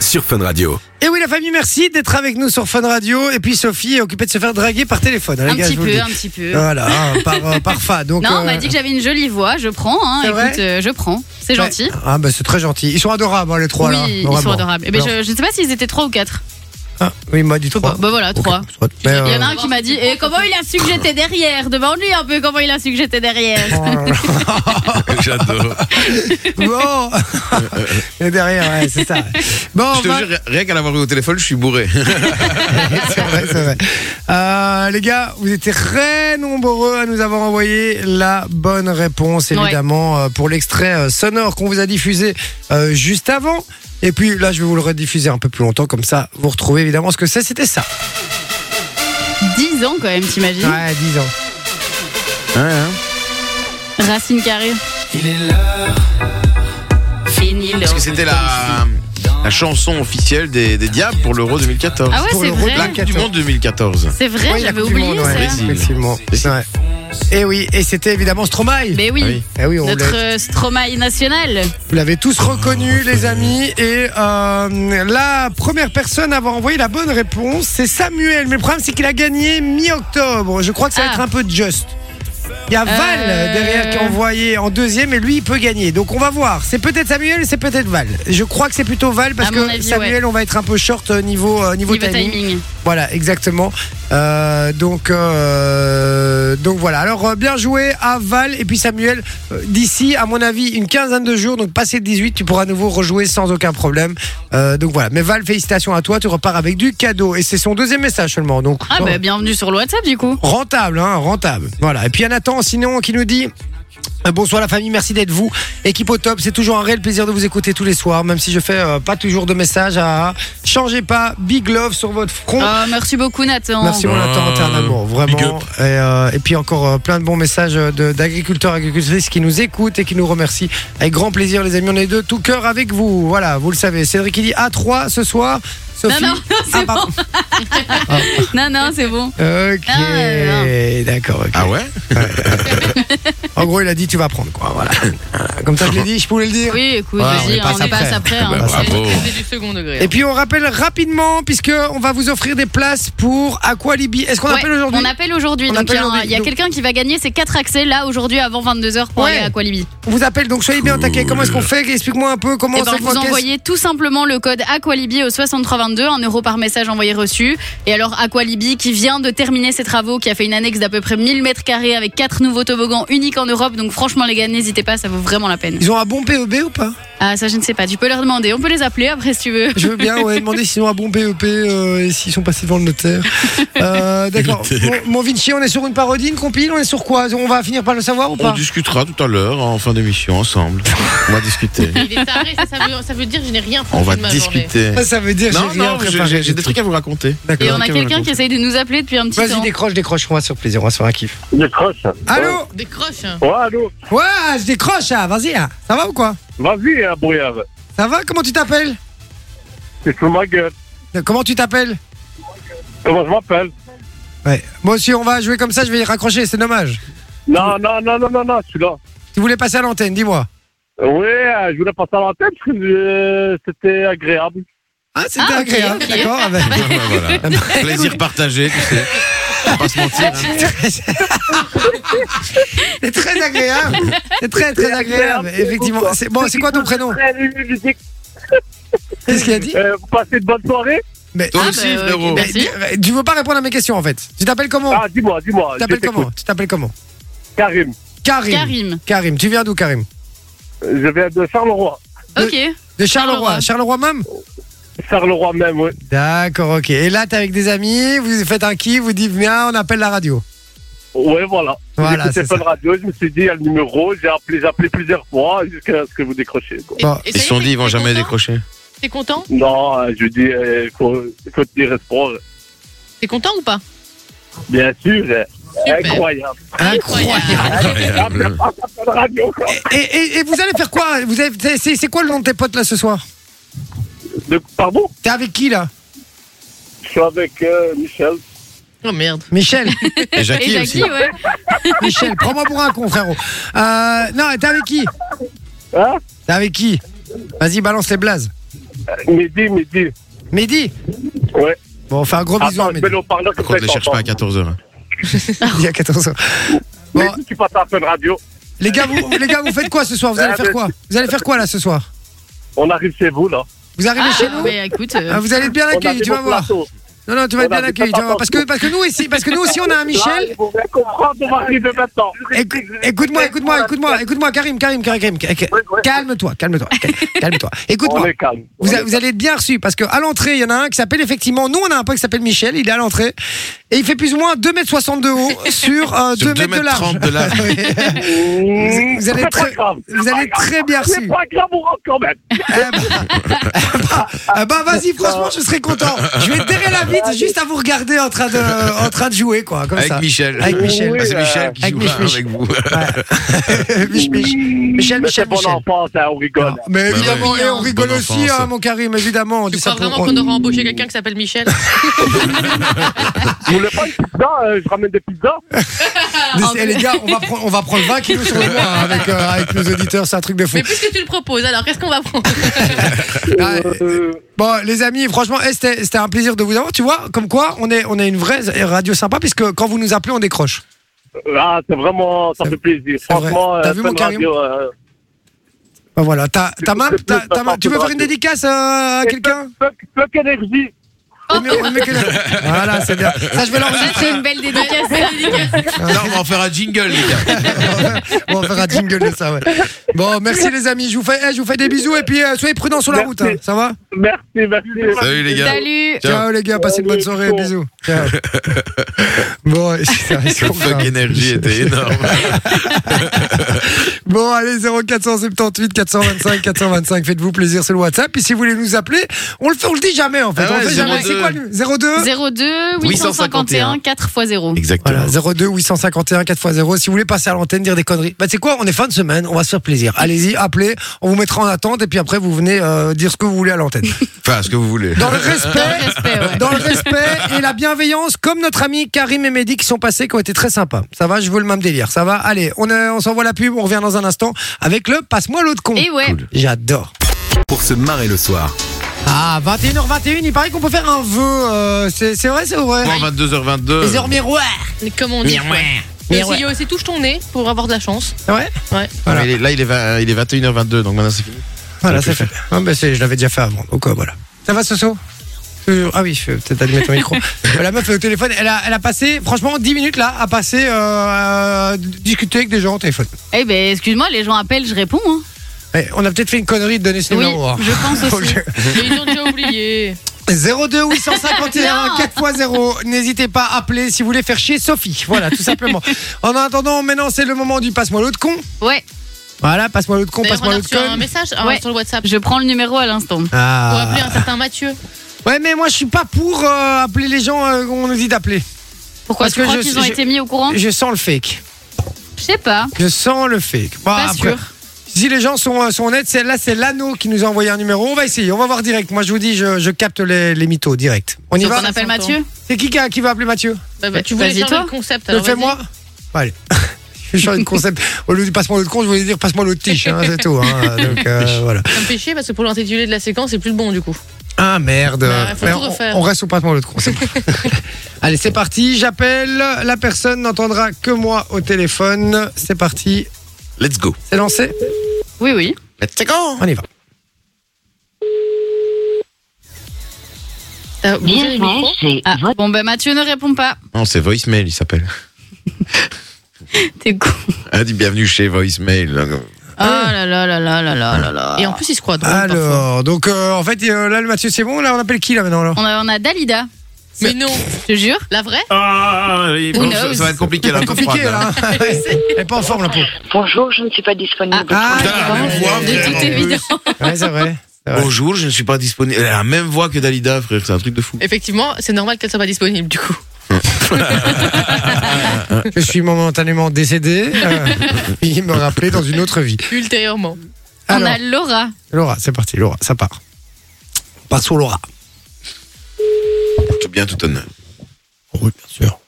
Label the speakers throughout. Speaker 1: sur Fun Radio.
Speaker 2: Et oui, la famille, merci d'être avec nous sur Fun Radio. Et puis Sophie est occupée de se faire draguer par téléphone. hein, les
Speaker 3: Un
Speaker 2: gars,
Speaker 3: petit
Speaker 2: je vous le
Speaker 3: peu,
Speaker 2: dis.
Speaker 3: un petit peu.
Speaker 2: Voilà, hein, par, euh, par fa. Donc,
Speaker 3: non, on m'a
Speaker 2: euh,
Speaker 3: dit que j'avais une jolie voix, je prends, hein,
Speaker 2: C'est vrai
Speaker 3: écoute, euh, je prends, c'est
Speaker 2: ouais.
Speaker 3: gentil.
Speaker 2: Ah, bah, c'est très gentil. Ils sont adorables, hein, les trois.
Speaker 3: oui,
Speaker 2: là,
Speaker 3: ils
Speaker 2: vraiment.
Speaker 3: sont adorables. Eh ben,
Speaker 2: Alors,
Speaker 3: je, je ne sais pas s'ils étaient trois ou quatre.
Speaker 2: ah, oui, il m'a dit trois.
Speaker 3: Bah voilà,
Speaker 2: Ok,
Speaker 3: trois.
Speaker 2: soit. Mais,
Speaker 3: Il y en
Speaker 2: euh,
Speaker 3: a un qui m'a dit Et comment il a su que j'étais derrière Demande-lui un peu comment il a su que j'étais derrière.
Speaker 4: J'adore.
Speaker 2: Bon, et derrière, ouais, c'est ça. Bon,
Speaker 4: Je te
Speaker 2: on va-
Speaker 4: jure, rien qu'à l'avoir eu au téléphone, je suis bourré.
Speaker 2: c'est vrai, c'est vrai. Euh, les gars, vous étiez très nombreux à nous avoir envoyé la bonne réponse, évidemment, euh, pour l'extrait euh, sonore qu'on vous a diffusé euh, juste avant. Et puis là, je vais vous le rediffuser un peu plus longtemps, comme ça, vous retrouvez évidemment ce que c'est. C'était ça.
Speaker 3: 10 ans quand même, t'imagines
Speaker 2: Ouais, 10 ans.
Speaker 3: Racine carrée. Il est l'heure. Fini
Speaker 4: Parce que c'était la, la chanson officielle des, des Diables pour l'Euro 2014.
Speaker 3: Ah ouais,
Speaker 2: Pour
Speaker 3: c'est
Speaker 2: le
Speaker 3: vrai.
Speaker 4: La Coupe du Monde 2014.
Speaker 3: C'est vrai,
Speaker 2: Ouais, la
Speaker 3: j'avais
Speaker 2: Coupe du
Speaker 3: oublié
Speaker 2: Monde, ouais,
Speaker 3: ça.
Speaker 4: Brésil.
Speaker 2: Effectivement. Ouais. Et oui, et c'était évidemment Stromae.
Speaker 3: Mais oui,
Speaker 4: Oui.
Speaker 2: Eh oui, on l'a-
Speaker 3: notre euh, Stromae national.
Speaker 2: Vous l'avez tous reconnu, les amis. Et euh, la première personne à avoir envoyé la bonne réponse, c'est Samuel. Mais le problème, c'est qu'il a gagné mi-octobre. Je crois que ça va
Speaker 3: Ah.
Speaker 2: être un peu juste. Il y a Val
Speaker 3: Euh.
Speaker 2: derrière qui a envoyé en deuxième et lui il peut gagner. Donc on va voir. C'est peut-être Samuel, c'est peut-être Val. Je crois que c'est plutôt Val parce
Speaker 3: À
Speaker 2: que
Speaker 3: mon avis,
Speaker 2: Samuel, on va être un peu short euh, niveau, euh, niveau,
Speaker 3: Niveau
Speaker 2: timing.
Speaker 3: timing.
Speaker 2: Voilà, exactement. Euh, donc, euh, donc voilà. Alors, euh, bien joué à Val et puis Samuel. Euh, D'ici, à mon avis, une quinzaine de jours, donc passé le 18, tu pourras à nouveau rejouer sans aucun problème. Euh, donc voilà. Mais Val, félicitations à toi. Tu repars avec du cadeau. Et c'est son deuxième message seulement. Donc,
Speaker 3: Ah
Speaker 2: bon,
Speaker 3: bah bienvenue sur le WhatsApp du coup.
Speaker 2: rentable, hein, rentable. Voilà. Et puis, il y a Nathan, sinon, qui nous dit. euh, Bonsoir la famille, merci d'être vous. Équipe au top, c'est toujours un réel plaisir de vous écouter tous les soirs, même si je fais euh, pas toujours de messages à changez pas, big love sur votre front.
Speaker 3: Oh, merci beaucoup Nathan.
Speaker 2: Ah, Merci, on
Speaker 4: Ah,
Speaker 2: l'attend éternellement,
Speaker 4: big
Speaker 2: vraiment.
Speaker 4: up.
Speaker 2: Et, euh, et puis encore euh, plein de bons messages de- d'agriculteurs, agricultrices qui nous écoutent et qui nous remercient. Avec grand plaisir, les amis, on est de tout cœur avec vous. Voilà, vous le savez. Cédric, il dit A3 ce soir.
Speaker 3: Non,
Speaker 2: Sophie.
Speaker 3: non,
Speaker 2: Ah,
Speaker 3: c'est bon.
Speaker 2: pardon.
Speaker 3: non, non, c'est bon.
Speaker 2: Ok,
Speaker 3: Ah, ouais,
Speaker 2: d'accord. ok.
Speaker 4: Ah ouais
Speaker 2: En gros, il a dit tu vas prendre quoi. Voilà. Comme ça, je l'ai dit, je pouvais le dire.
Speaker 3: Oui, écoute,
Speaker 2: Ouais, on y
Speaker 3: vas-y, hein,
Speaker 2: passe
Speaker 3: on y
Speaker 2: après.
Speaker 3: passe après. hein.
Speaker 4: Bah, bravo.
Speaker 5: C'est du second degré.
Speaker 2: Et puis on rappelle rapidement, puisque on va vous offrir des places pour Aqua Libye. Est-ce qu'on
Speaker 3: Ouais,
Speaker 2: appelle aujourd'hui
Speaker 3: On appelle aujourd'hui.
Speaker 2: On
Speaker 3: Donc,
Speaker 2: appelle
Speaker 3: il y a, un-
Speaker 2: aujourd'hui,
Speaker 3: il y a
Speaker 2: donc.
Speaker 3: quelqu'un qui va gagner ses quatre accès là aujourd'hui avant 22h pour
Speaker 2: Ouais.
Speaker 3: aller à Aqualibi.
Speaker 2: On vous appelle, donc soyez bien
Speaker 4: Cool.
Speaker 2: taqués. Comment est-ce qu'on fait Explique-moi un peu comment
Speaker 3: Et ben,
Speaker 2: ça
Speaker 3: vous envoyez tout simplement le code Aqualibi au 6322, 1 euro par message envoyé reçu. Et alors Aqualibi qui vient de terminer ses travaux, qui a fait une annexe d'à peu près 1000 mètres carrés avec quatre nouveaux toboggans uniques en Europe. Donc franchement les gars, n'hésitez pas, ça vaut vraiment la peine.
Speaker 2: Ils ont un bon PEB ou pas
Speaker 3: Ah ça je ne sais pas, tu peux leur demander, on peut les appeler après si tu veux.
Speaker 2: Je veux bien, ouais, demander s'ils ont un bon PEP euh, et s'ils sont passés devant le notaire. Euh, D'accord. Mon, mon Vinci, on est sur une parodie, une compile, on est sur quoi On va finir par le savoir ou
Speaker 4: On
Speaker 2: pas
Speaker 4: discutera tout à l'heure en fin d'émission ensemble. On va discuter.
Speaker 5: Il est taré, ça, ça veut, ça veut dire que je n'ai rien
Speaker 4: On
Speaker 5: prévu
Speaker 4: va
Speaker 5: de ma journée.
Speaker 4: discuter.
Speaker 2: Ça, ça veut dire
Speaker 4: Non,
Speaker 2: j'ai rien
Speaker 4: non, j'ai-
Speaker 2: préparé.
Speaker 4: j'ai j'ai des trucs à vous raconter.
Speaker 3: Et
Speaker 2: D'accord.
Speaker 3: on a quelqu'un qui essaye de nous appeler depuis un petit
Speaker 2: Vas-y,
Speaker 3: temps.
Speaker 2: décroche, décroche, on va se faire plaisir, on va se faire un kiff.
Speaker 6: Décroche.
Speaker 2: Allô
Speaker 5: Décroche. hein.
Speaker 6: Ouais, allô
Speaker 2: Ouais, je décroche, ah, vas-y, ah. ça va ou quoi
Speaker 6: Vas-y, hein, brouillard.
Speaker 2: Ça va Comment tu t'appelles
Speaker 6: C'est sous ma gueule.
Speaker 2: Euh, Comment tu t'appelles
Speaker 6: Comment je m'appelle
Speaker 2: Ouais. Moi aussi, on va jouer comme ça, je vais y raccrocher, c'est dommage.
Speaker 6: Non, non, non, non, non, non, je suis là.
Speaker 2: Tu voulais passer à l'antenne, dis-moi.
Speaker 6: Oui, euh, je voulais passer à l'antenne parce que euh, c'était agréable.
Speaker 2: Ah, c'était
Speaker 3: Ah, ok,
Speaker 2: agréable,
Speaker 3: ok.
Speaker 2: d'accord ah, bah,
Speaker 4: Ah ouais, voilà. Plaisir partagé, tu sais. On va pas se mentir. hein.
Speaker 2: C'est très agréable. C'est très très agréable. Effectivement. C'est bon. C'est quoi ton prénom Qu'est-ce qu'il a dit
Speaker 6: Euh, vous passez de bonne soirée
Speaker 2: Mais,
Speaker 4: Toi
Speaker 3: Ah,
Speaker 4: aussi,
Speaker 3: bah, ok,
Speaker 4: frérot.
Speaker 3: bah,
Speaker 2: mais tu, Eh, tu veux pas répondre à mes questions en fait. Tu t'appelles comment
Speaker 6: Ah, dis-moi, dis-moi.
Speaker 2: Tu
Speaker 6: je
Speaker 2: t'appelles
Speaker 6: t'écoute.
Speaker 2: Oh. comment Tu t'appelles comment
Speaker 6: Karim,
Speaker 2: Karim. Karim.
Speaker 3: Karim.
Speaker 2: Tu viens d'où Karim
Speaker 6: je viens de Charleroi.
Speaker 3: Ok.
Speaker 2: De Charleroi.
Speaker 3: Charleroi.
Speaker 2: Charleroi même
Speaker 6: Charleroi même, oui.
Speaker 2: D'accord. Ok. Et là t'es avec des amis. Vous faites un kiff. Vous dites viens. On appelle la radio.
Speaker 6: Oui, voilà.
Speaker 2: Voilà,
Speaker 6: J'écoutais
Speaker 2: c'est
Speaker 6: Fun
Speaker 2: ça.
Speaker 6: Radio, je me suis dit, il y a le numéro, j'ai appelé, j'ai appelé plusieurs fois jusqu'à ce que vous décrochiez. Quoi.
Speaker 5: Et-
Speaker 2: Bon.
Speaker 4: Ils
Speaker 5: et ça y
Speaker 4: se
Speaker 5: est,
Speaker 4: sont
Speaker 5: t'es-
Speaker 4: dit, ils vont
Speaker 5: t'es
Speaker 4: jamais
Speaker 5: content
Speaker 4: décrocher.
Speaker 5: T'es content
Speaker 6: Non, euh, je lui dis, il faut, il faut tenir espoir.
Speaker 5: T'es content ou pas
Speaker 6: Bien sûr, euh,
Speaker 5: Super.
Speaker 6: incroyable.
Speaker 2: Incroyable.
Speaker 4: Incroyable.
Speaker 6: Ah, Fun Radio, quoi.
Speaker 2: Et, et- et vous allez faire quoi Vous allez- c'est- c'est c'est quoi le nom de tes potes là ce soir
Speaker 6: De- pardon
Speaker 2: T'es avec qui là
Speaker 6: Je suis avec euh, Michel.
Speaker 5: Oh merde.
Speaker 2: Michel.
Speaker 4: Et
Speaker 3: Et
Speaker 4: Jackie aussi.
Speaker 3: Jackie, ouais.
Speaker 2: Michel, prends-moi pour un con, frérot. Euh, non, t'es avec qui
Speaker 6: Hein
Speaker 2: T'es avec qui Vas-y, balance les blazes.
Speaker 6: Mehdi, Mehdi.
Speaker 2: Mehdi
Speaker 6: Ouais.
Speaker 2: Bon, on fait un gros bisou
Speaker 6: Attends,
Speaker 2: à
Speaker 6: je
Speaker 2: Mehdi.
Speaker 6: mets le haut-parleur comme
Speaker 4: Quand on
Speaker 6: ça,
Speaker 4: ne les cherche pas à 14h.
Speaker 2: Il y a 14 heures. Bon,
Speaker 6: Mehdi, tu passes à la fin de radio.
Speaker 2: les gars, vous, les gars, vous faites quoi ce soir Vous allez faire quoi Vous allez faire quoi là ce soir
Speaker 6: On arrive chez vous, là.
Speaker 2: Vous arrivez
Speaker 3: Ah,
Speaker 2: chez nous
Speaker 3: mais écoute, euh,
Speaker 2: Ah, Vous allez être bien
Speaker 6: On a
Speaker 2: accueillis,
Speaker 6: des
Speaker 2: tu
Speaker 6: beaux
Speaker 2: vas voir.
Speaker 6: plateaux.
Speaker 2: Non, non, tu vas être
Speaker 6: On a
Speaker 2: bien
Speaker 6: des
Speaker 2: accueilli, tu vas voir. Parce que, parce que nous aussi, parce que nous aussi, on a un
Speaker 6: Là,
Speaker 2: Michel.
Speaker 6: il faut bien comprendre mon mari de 20 ans.
Speaker 2: Écou- Écoute-moi, écoute-moi, écoute-moi, écoute-moi, Karim, Karim, Karim, Karim.
Speaker 6: Ouais, ouais.
Speaker 2: Calme-toi, calme-toi, calme-toi.
Speaker 6: On
Speaker 2: Écoute-moi.
Speaker 6: est calme.
Speaker 2: Vous,
Speaker 6: On
Speaker 2: a-
Speaker 6: est
Speaker 2: vous allez être bien reçus parce que à l'entrée, il y en a un qui s'appelle effectivement. Nous, on a un pote qui s'appelle Michel. Il est à l'entrée et il fait plus ou moins 2m60 de haut sur, euh,
Speaker 4: Sur
Speaker 2: 2 mètres de large.
Speaker 4: 2m30 de large.
Speaker 2: Oui.
Speaker 6: calme.
Speaker 2: vous allez
Speaker 6: C'est
Speaker 2: très-
Speaker 6: pas grave.
Speaker 2: vous
Speaker 6: C'est
Speaker 2: allez
Speaker 6: pas grave.
Speaker 2: très bien
Speaker 6: C'est
Speaker 2: reçus.
Speaker 6: pas grave, on rentre quand même.
Speaker 2: Eh Ah bah ben, vas-y, franchement, je serais content. Je vais terrer la bite juste à vous regarder en train de, en train de jouer quoi, comme
Speaker 4: Avec
Speaker 2: ça.
Speaker 4: Michel.
Speaker 2: Avec Michel.
Speaker 4: Ah, c'est
Speaker 6: Oui,
Speaker 4: Michel qui
Speaker 2: avec
Speaker 4: joue
Speaker 2: Mich-
Speaker 4: hein,
Speaker 2: Mich.
Speaker 4: avec vous.
Speaker 2: Ouais. Mich- mich. Michel,
Speaker 6: Mais c'est
Speaker 2: Michel,
Speaker 6: bon
Speaker 2: Michel.
Speaker 6: enfance, hein, on rigole.
Speaker 2: Mais
Speaker 4: Bah
Speaker 2: évidemment,
Speaker 5: oui.
Speaker 2: et on rigole
Speaker 4: Bon
Speaker 2: aussi,
Speaker 4: enfant,
Speaker 2: hein,
Speaker 4: ça.
Speaker 2: mon Karim, évidemment. On
Speaker 5: Tu
Speaker 2: dit ça
Speaker 5: crois
Speaker 2: pour-
Speaker 5: vraiment qu'on aura embauché quelqu'un qui s'appelle Michel
Speaker 6: Vous voulez pas une pizza euh, Je ramène des pizzas.
Speaker 2: Mais c'est- les gars, on va, prendre- on va prendre 20 kilos sur le mois hein, avec, euh, avec nos auditeurs, c'est un truc de fou.
Speaker 5: Mais puisque tu le proposes, alors qu'est-ce qu'on va prendre
Speaker 2: Ah,
Speaker 6: Euh,
Speaker 2: Bon, les amis, franchement, eh, c'était c'était un plaisir de vous avoir. Tu vois, comme quoi, on est, on est une vraie radio sympa, puisque quand vous nous appelez, on décroche.
Speaker 6: Ah, c'est vraiment, ça
Speaker 2: C'est-
Speaker 6: fait plaisir.
Speaker 2: c'est vrai.
Speaker 6: Franchement,
Speaker 2: T'as
Speaker 6: euh,
Speaker 2: vu mon
Speaker 6: Fun
Speaker 2: Karim
Speaker 6: Radio, euh,
Speaker 2: Ben voilà, ta, ta map,
Speaker 6: C'est
Speaker 2: ta-
Speaker 6: plus
Speaker 2: ta map- tu veux faire une
Speaker 6: radio.
Speaker 2: dédicace euh, à quelqu'un
Speaker 6: Fuck, fuck énergie.
Speaker 2: On met- on met que- Voilà, c'est bien. Ça, je vais
Speaker 3: ça,
Speaker 2: l'enregistrer.
Speaker 3: c'est une belle dédicace.
Speaker 4: Non, on va en faire un jingle, les gars.
Speaker 2: On va faire un jingle de ça, ouais. Bon, merci les amis, je vous fais, eh, je vous fais des bisous et puis euh, soyez prudents sur la
Speaker 6: Merci.
Speaker 2: route, hein, ça va
Speaker 6: Merci, merci.
Speaker 4: Salut, les gars.
Speaker 3: Salut.
Speaker 2: Ciao. les gars, passez une bonne
Speaker 6: Allez,
Speaker 2: soirée,
Speaker 6: bon.
Speaker 2: bisous. Ciao. bon, ils sont
Speaker 4: Le fuck
Speaker 2: fins.
Speaker 4: énergie était énorme.
Speaker 2: Bon, allez, 0478 425 425, faites-vous plaisir, c'est le WhatsApp. Et si vous voulez nous appeler, on le fait, on le dit jamais en fait.
Speaker 4: Ah
Speaker 2: on
Speaker 4: ouais,
Speaker 2: le fait jamais.
Speaker 4: 02.
Speaker 2: C'est quoi le 02
Speaker 3: 02 851 4x0.
Speaker 4: Exactement.
Speaker 2: Voilà, 02 851 4x0. Si vous voulez passer à l'antenne, dire des conneries. Bah, c'est quoi On est fin de semaine, on va se faire plaisir. Allez-y, appelez, on vous mettra en attente et puis après, vous venez euh, dire ce que vous voulez à l'antenne.
Speaker 4: Enfin, ce que vous voulez.
Speaker 2: Dans le respect.
Speaker 3: Respect, ouais.
Speaker 2: Dans le respect et la bienveillance, comme notre ami Karim et Mehdi qui sont passés, qui ont été très sympas. Ça va, je veux le même délire. Ça va Allez, on, euh, on s'envoie la pub, on revient dans un instant avec le Passe-moi l'autre con.
Speaker 3: Et ouais.
Speaker 2: J'adore.
Speaker 1: Pour se marrer le soir.
Speaker 2: Ah, 21h21, il paraît qu'on peut faire un vœu. euh, c'est c'est vrai, c'est vrai.
Speaker 4: Bon, 22h22.
Speaker 2: Les heures miroirs.
Speaker 5: Mais Comme on dit. quoi. Mais aussi, il y a aussi E touche ton nez pour avoir de la chance.
Speaker 2: C'est vrai
Speaker 5: Ouais.
Speaker 2: Voilà.
Speaker 4: Ah, mais il est- là, il est, vingt- il est 21h22, donc maintenant c'est fini.
Speaker 2: Voilà, c'est fait. Ah, bah, c'est- je l'avais déjà fait avant. Donc euh, voilà. Ça va, Soso Euh, ah oui, je vais peut-être allumer ton micro. Euh, la meuf est au téléphone, elle a, elle a passé, franchement, 10 minutes là, à passer, euh, à discuter avec des gens au téléphone.
Speaker 3: Eh ben, excuse-moi, les gens appellent, je réponds. hein.
Speaker 2: Eh, on a peut-être fait une connerie de donner ce
Speaker 3: Oui,
Speaker 2: numéro. hein.
Speaker 3: je pense
Speaker 2: Faut
Speaker 3: aussi.
Speaker 2: que-
Speaker 5: Mais ils ont déjà oublié.
Speaker 2: 02 851
Speaker 3: Non.
Speaker 2: 4x0. N'hésitez pas à appeler si vous voulez faire chier Sophie. Voilà, tout simplement. en attendant, maintenant, c'est le moment du passe-moi l'autre con.
Speaker 3: Ouais,
Speaker 2: Voilà, passe-moi l'autre con,
Speaker 5: D'ailleurs, on
Speaker 2: passe-moi
Speaker 5: a
Speaker 2: l'autre
Speaker 5: reçu un
Speaker 2: con.
Speaker 5: message euh,
Speaker 3: Ouais.
Speaker 5: sur le WhatsApp.
Speaker 3: je prends le numéro à l'instant.
Speaker 5: Pour
Speaker 2: Ah.
Speaker 5: appeler un certain Mathieu. Bah,
Speaker 2: Ouais, mais moi, je suis pas pour euh, appeler les gens euh, qu'on nous dit d'appeler.
Speaker 3: Pourquoi
Speaker 2: Parce
Speaker 3: tu
Speaker 2: que
Speaker 3: crois
Speaker 2: je-
Speaker 3: qu'ils ont
Speaker 2: je-
Speaker 3: été mis au courant
Speaker 2: Je sens le fake.
Speaker 3: Je sais pas.
Speaker 2: Je sens le fake. Bon,
Speaker 3: Pas
Speaker 2: après,
Speaker 3: sûr.
Speaker 2: Si les gens sont, euh, sont honnêtes, celle-là, c'est l'anneau qui nous a envoyé un numéro. On va essayer, on va voir direct. Moi, je vous dis, je, je capte les, les mythos direct. On y
Speaker 3: Donc
Speaker 2: va
Speaker 3: on appelle
Speaker 5: Ça s'entend.
Speaker 3: Mathieu
Speaker 2: C'est qui qui, a- qui va appeler Mathieu
Speaker 5: Bah, bah, tu
Speaker 3: Vas-y,
Speaker 5: voulais changer
Speaker 3: toi.
Speaker 5: le concept.
Speaker 2: Le
Speaker 5: alors vas-y.
Speaker 2: fais-moi Allez. Je vais changer de concept. Au lieu de passe-moi l'autre con, je voulais dire passe-moi l'autre tiche, hein, c'est tout. hein. Donc, euh, voilà.
Speaker 5: Ça me fait chier parce que pour l'intitulé de la séquence, c'est plus le bon du coup.
Speaker 2: Ah merde.
Speaker 5: Bah, faut
Speaker 2: Mais
Speaker 5: tout
Speaker 2: on-
Speaker 5: refaire.
Speaker 2: on, reste au passe-moi l'autre con. c'est bon. Allez, c'est parti. J'appelle. La personne n'entendra que moi au téléphone. C'est parti.
Speaker 4: Let's go.
Speaker 2: C'est lancé
Speaker 3: Oui, oui.
Speaker 4: Let's go.
Speaker 2: On y va.
Speaker 5: T'as bougé le
Speaker 7: Bienvenue
Speaker 5: micro
Speaker 7: chez
Speaker 3: Ah,
Speaker 7: votre
Speaker 3: bon, ben Mathieu ne répond pas.
Speaker 4: Non, c'est voicemail, il s'appelle.
Speaker 3: T'es con.
Speaker 4: Ah, dit bienvenue chez voicemail.
Speaker 3: Oh là là là là là là là là.
Speaker 5: Et en plus, il se croit drôle. parfois.
Speaker 2: Alors, donc euh, en fait, euh, là, le Mathieu, c'est bon. Là, on appelle qui là maintenant alors
Speaker 3: On a, on a Dalida,
Speaker 5: Mais non,
Speaker 3: je te jure.
Speaker 5: la vraie
Speaker 4: Ah, oui,
Speaker 3: Who
Speaker 4: bon, ça,
Speaker 3: knows
Speaker 4: ça va être compliqué là, encore
Speaker 2: Compliqué
Speaker 4: froide,
Speaker 2: là.
Speaker 4: hein.
Speaker 2: hein. Elle est pas en forme la peau.
Speaker 7: Bonjour, je ne suis pas disponible.
Speaker 2: Ah,
Speaker 7: pour
Speaker 4: Putain,
Speaker 7: le
Speaker 4: la
Speaker 7: moment.
Speaker 4: même voix,
Speaker 3: De
Speaker 4: frère,
Speaker 3: toute
Speaker 4: en plus.
Speaker 3: évidence.
Speaker 2: Ouais, c'est vrai. C'est vrai.
Speaker 4: Bonjour, je ne suis pas disponible. Elle a la même voix que Dalida, frère, c'est un truc de fou.
Speaker 5: Effectivement, c'est normal qu'elle soit pas disponible du coup.
Speaker 2: Je suis momentanément décédé. euh, il me rappelait dans une autre vie.
Speaker 5: Ultérieurement.
Speaker 3: On
Speaker 2: Alors.
Speaker 3: a Laura.
Speaker 2: Laura, c'est parti, Laura, ça part. Pas sur Laura.
Speaker 4: Tout bien, tout honneur.
Speaker 2: Oui, bien sûr.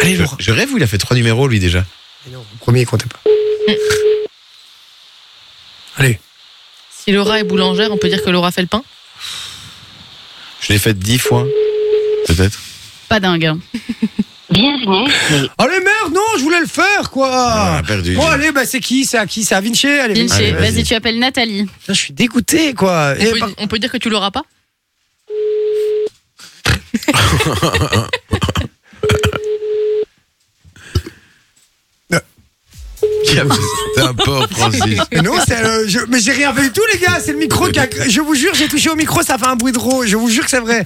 Speaker 2: Allez,
Speaker 4: Je,
Speaker 2: Laura.
Speaker 4: je rêve ou il a fait trois numéros, lui, déjà
Speaker 2: Mais non, le premier, il comptait pas.
Speaker 5: Si Laura est boulangère, on peut dire que Laura fait le pain
Speaker 4: Je l'ai faite dix fois. Peut-être.
Speaker 3: Pas dingue.
Speaker 7: ah. Bienvenue.
Speaker 2: Allez, merde, non, je voulais le faire,
Speaker 4: Ah,
Speaker 2: quoi.
Speaker 4: perdu.
Speaker 3: Oh,
Speaker 2: Bon, allez, bah, c'est qui C'est à qui C'est à Vinci Allez,
Speaker 3: Vinci,
Speaker 4: Allez, vas-y.
Speaker 3: vas-y, tu appelles Nathalie.
Speaker 2: Putain, je suis dégoûté, quoi.
Speaker 5: on
Speaker 2: Et
Speaker 5: peut,
Speaker 2: par-
Speaker 5: on peut dire que tu l'auras pas
Speaker 4: Qui a fait cet import, Francis
Speaker 2: Mais non, c'est le- je- mais j'ai rien fait du tout, les gars. C'est le micro qui a. Je vous jure, j'ai touché au micro, ça fait un bruit de rose. Je vous jure que c'est vrai.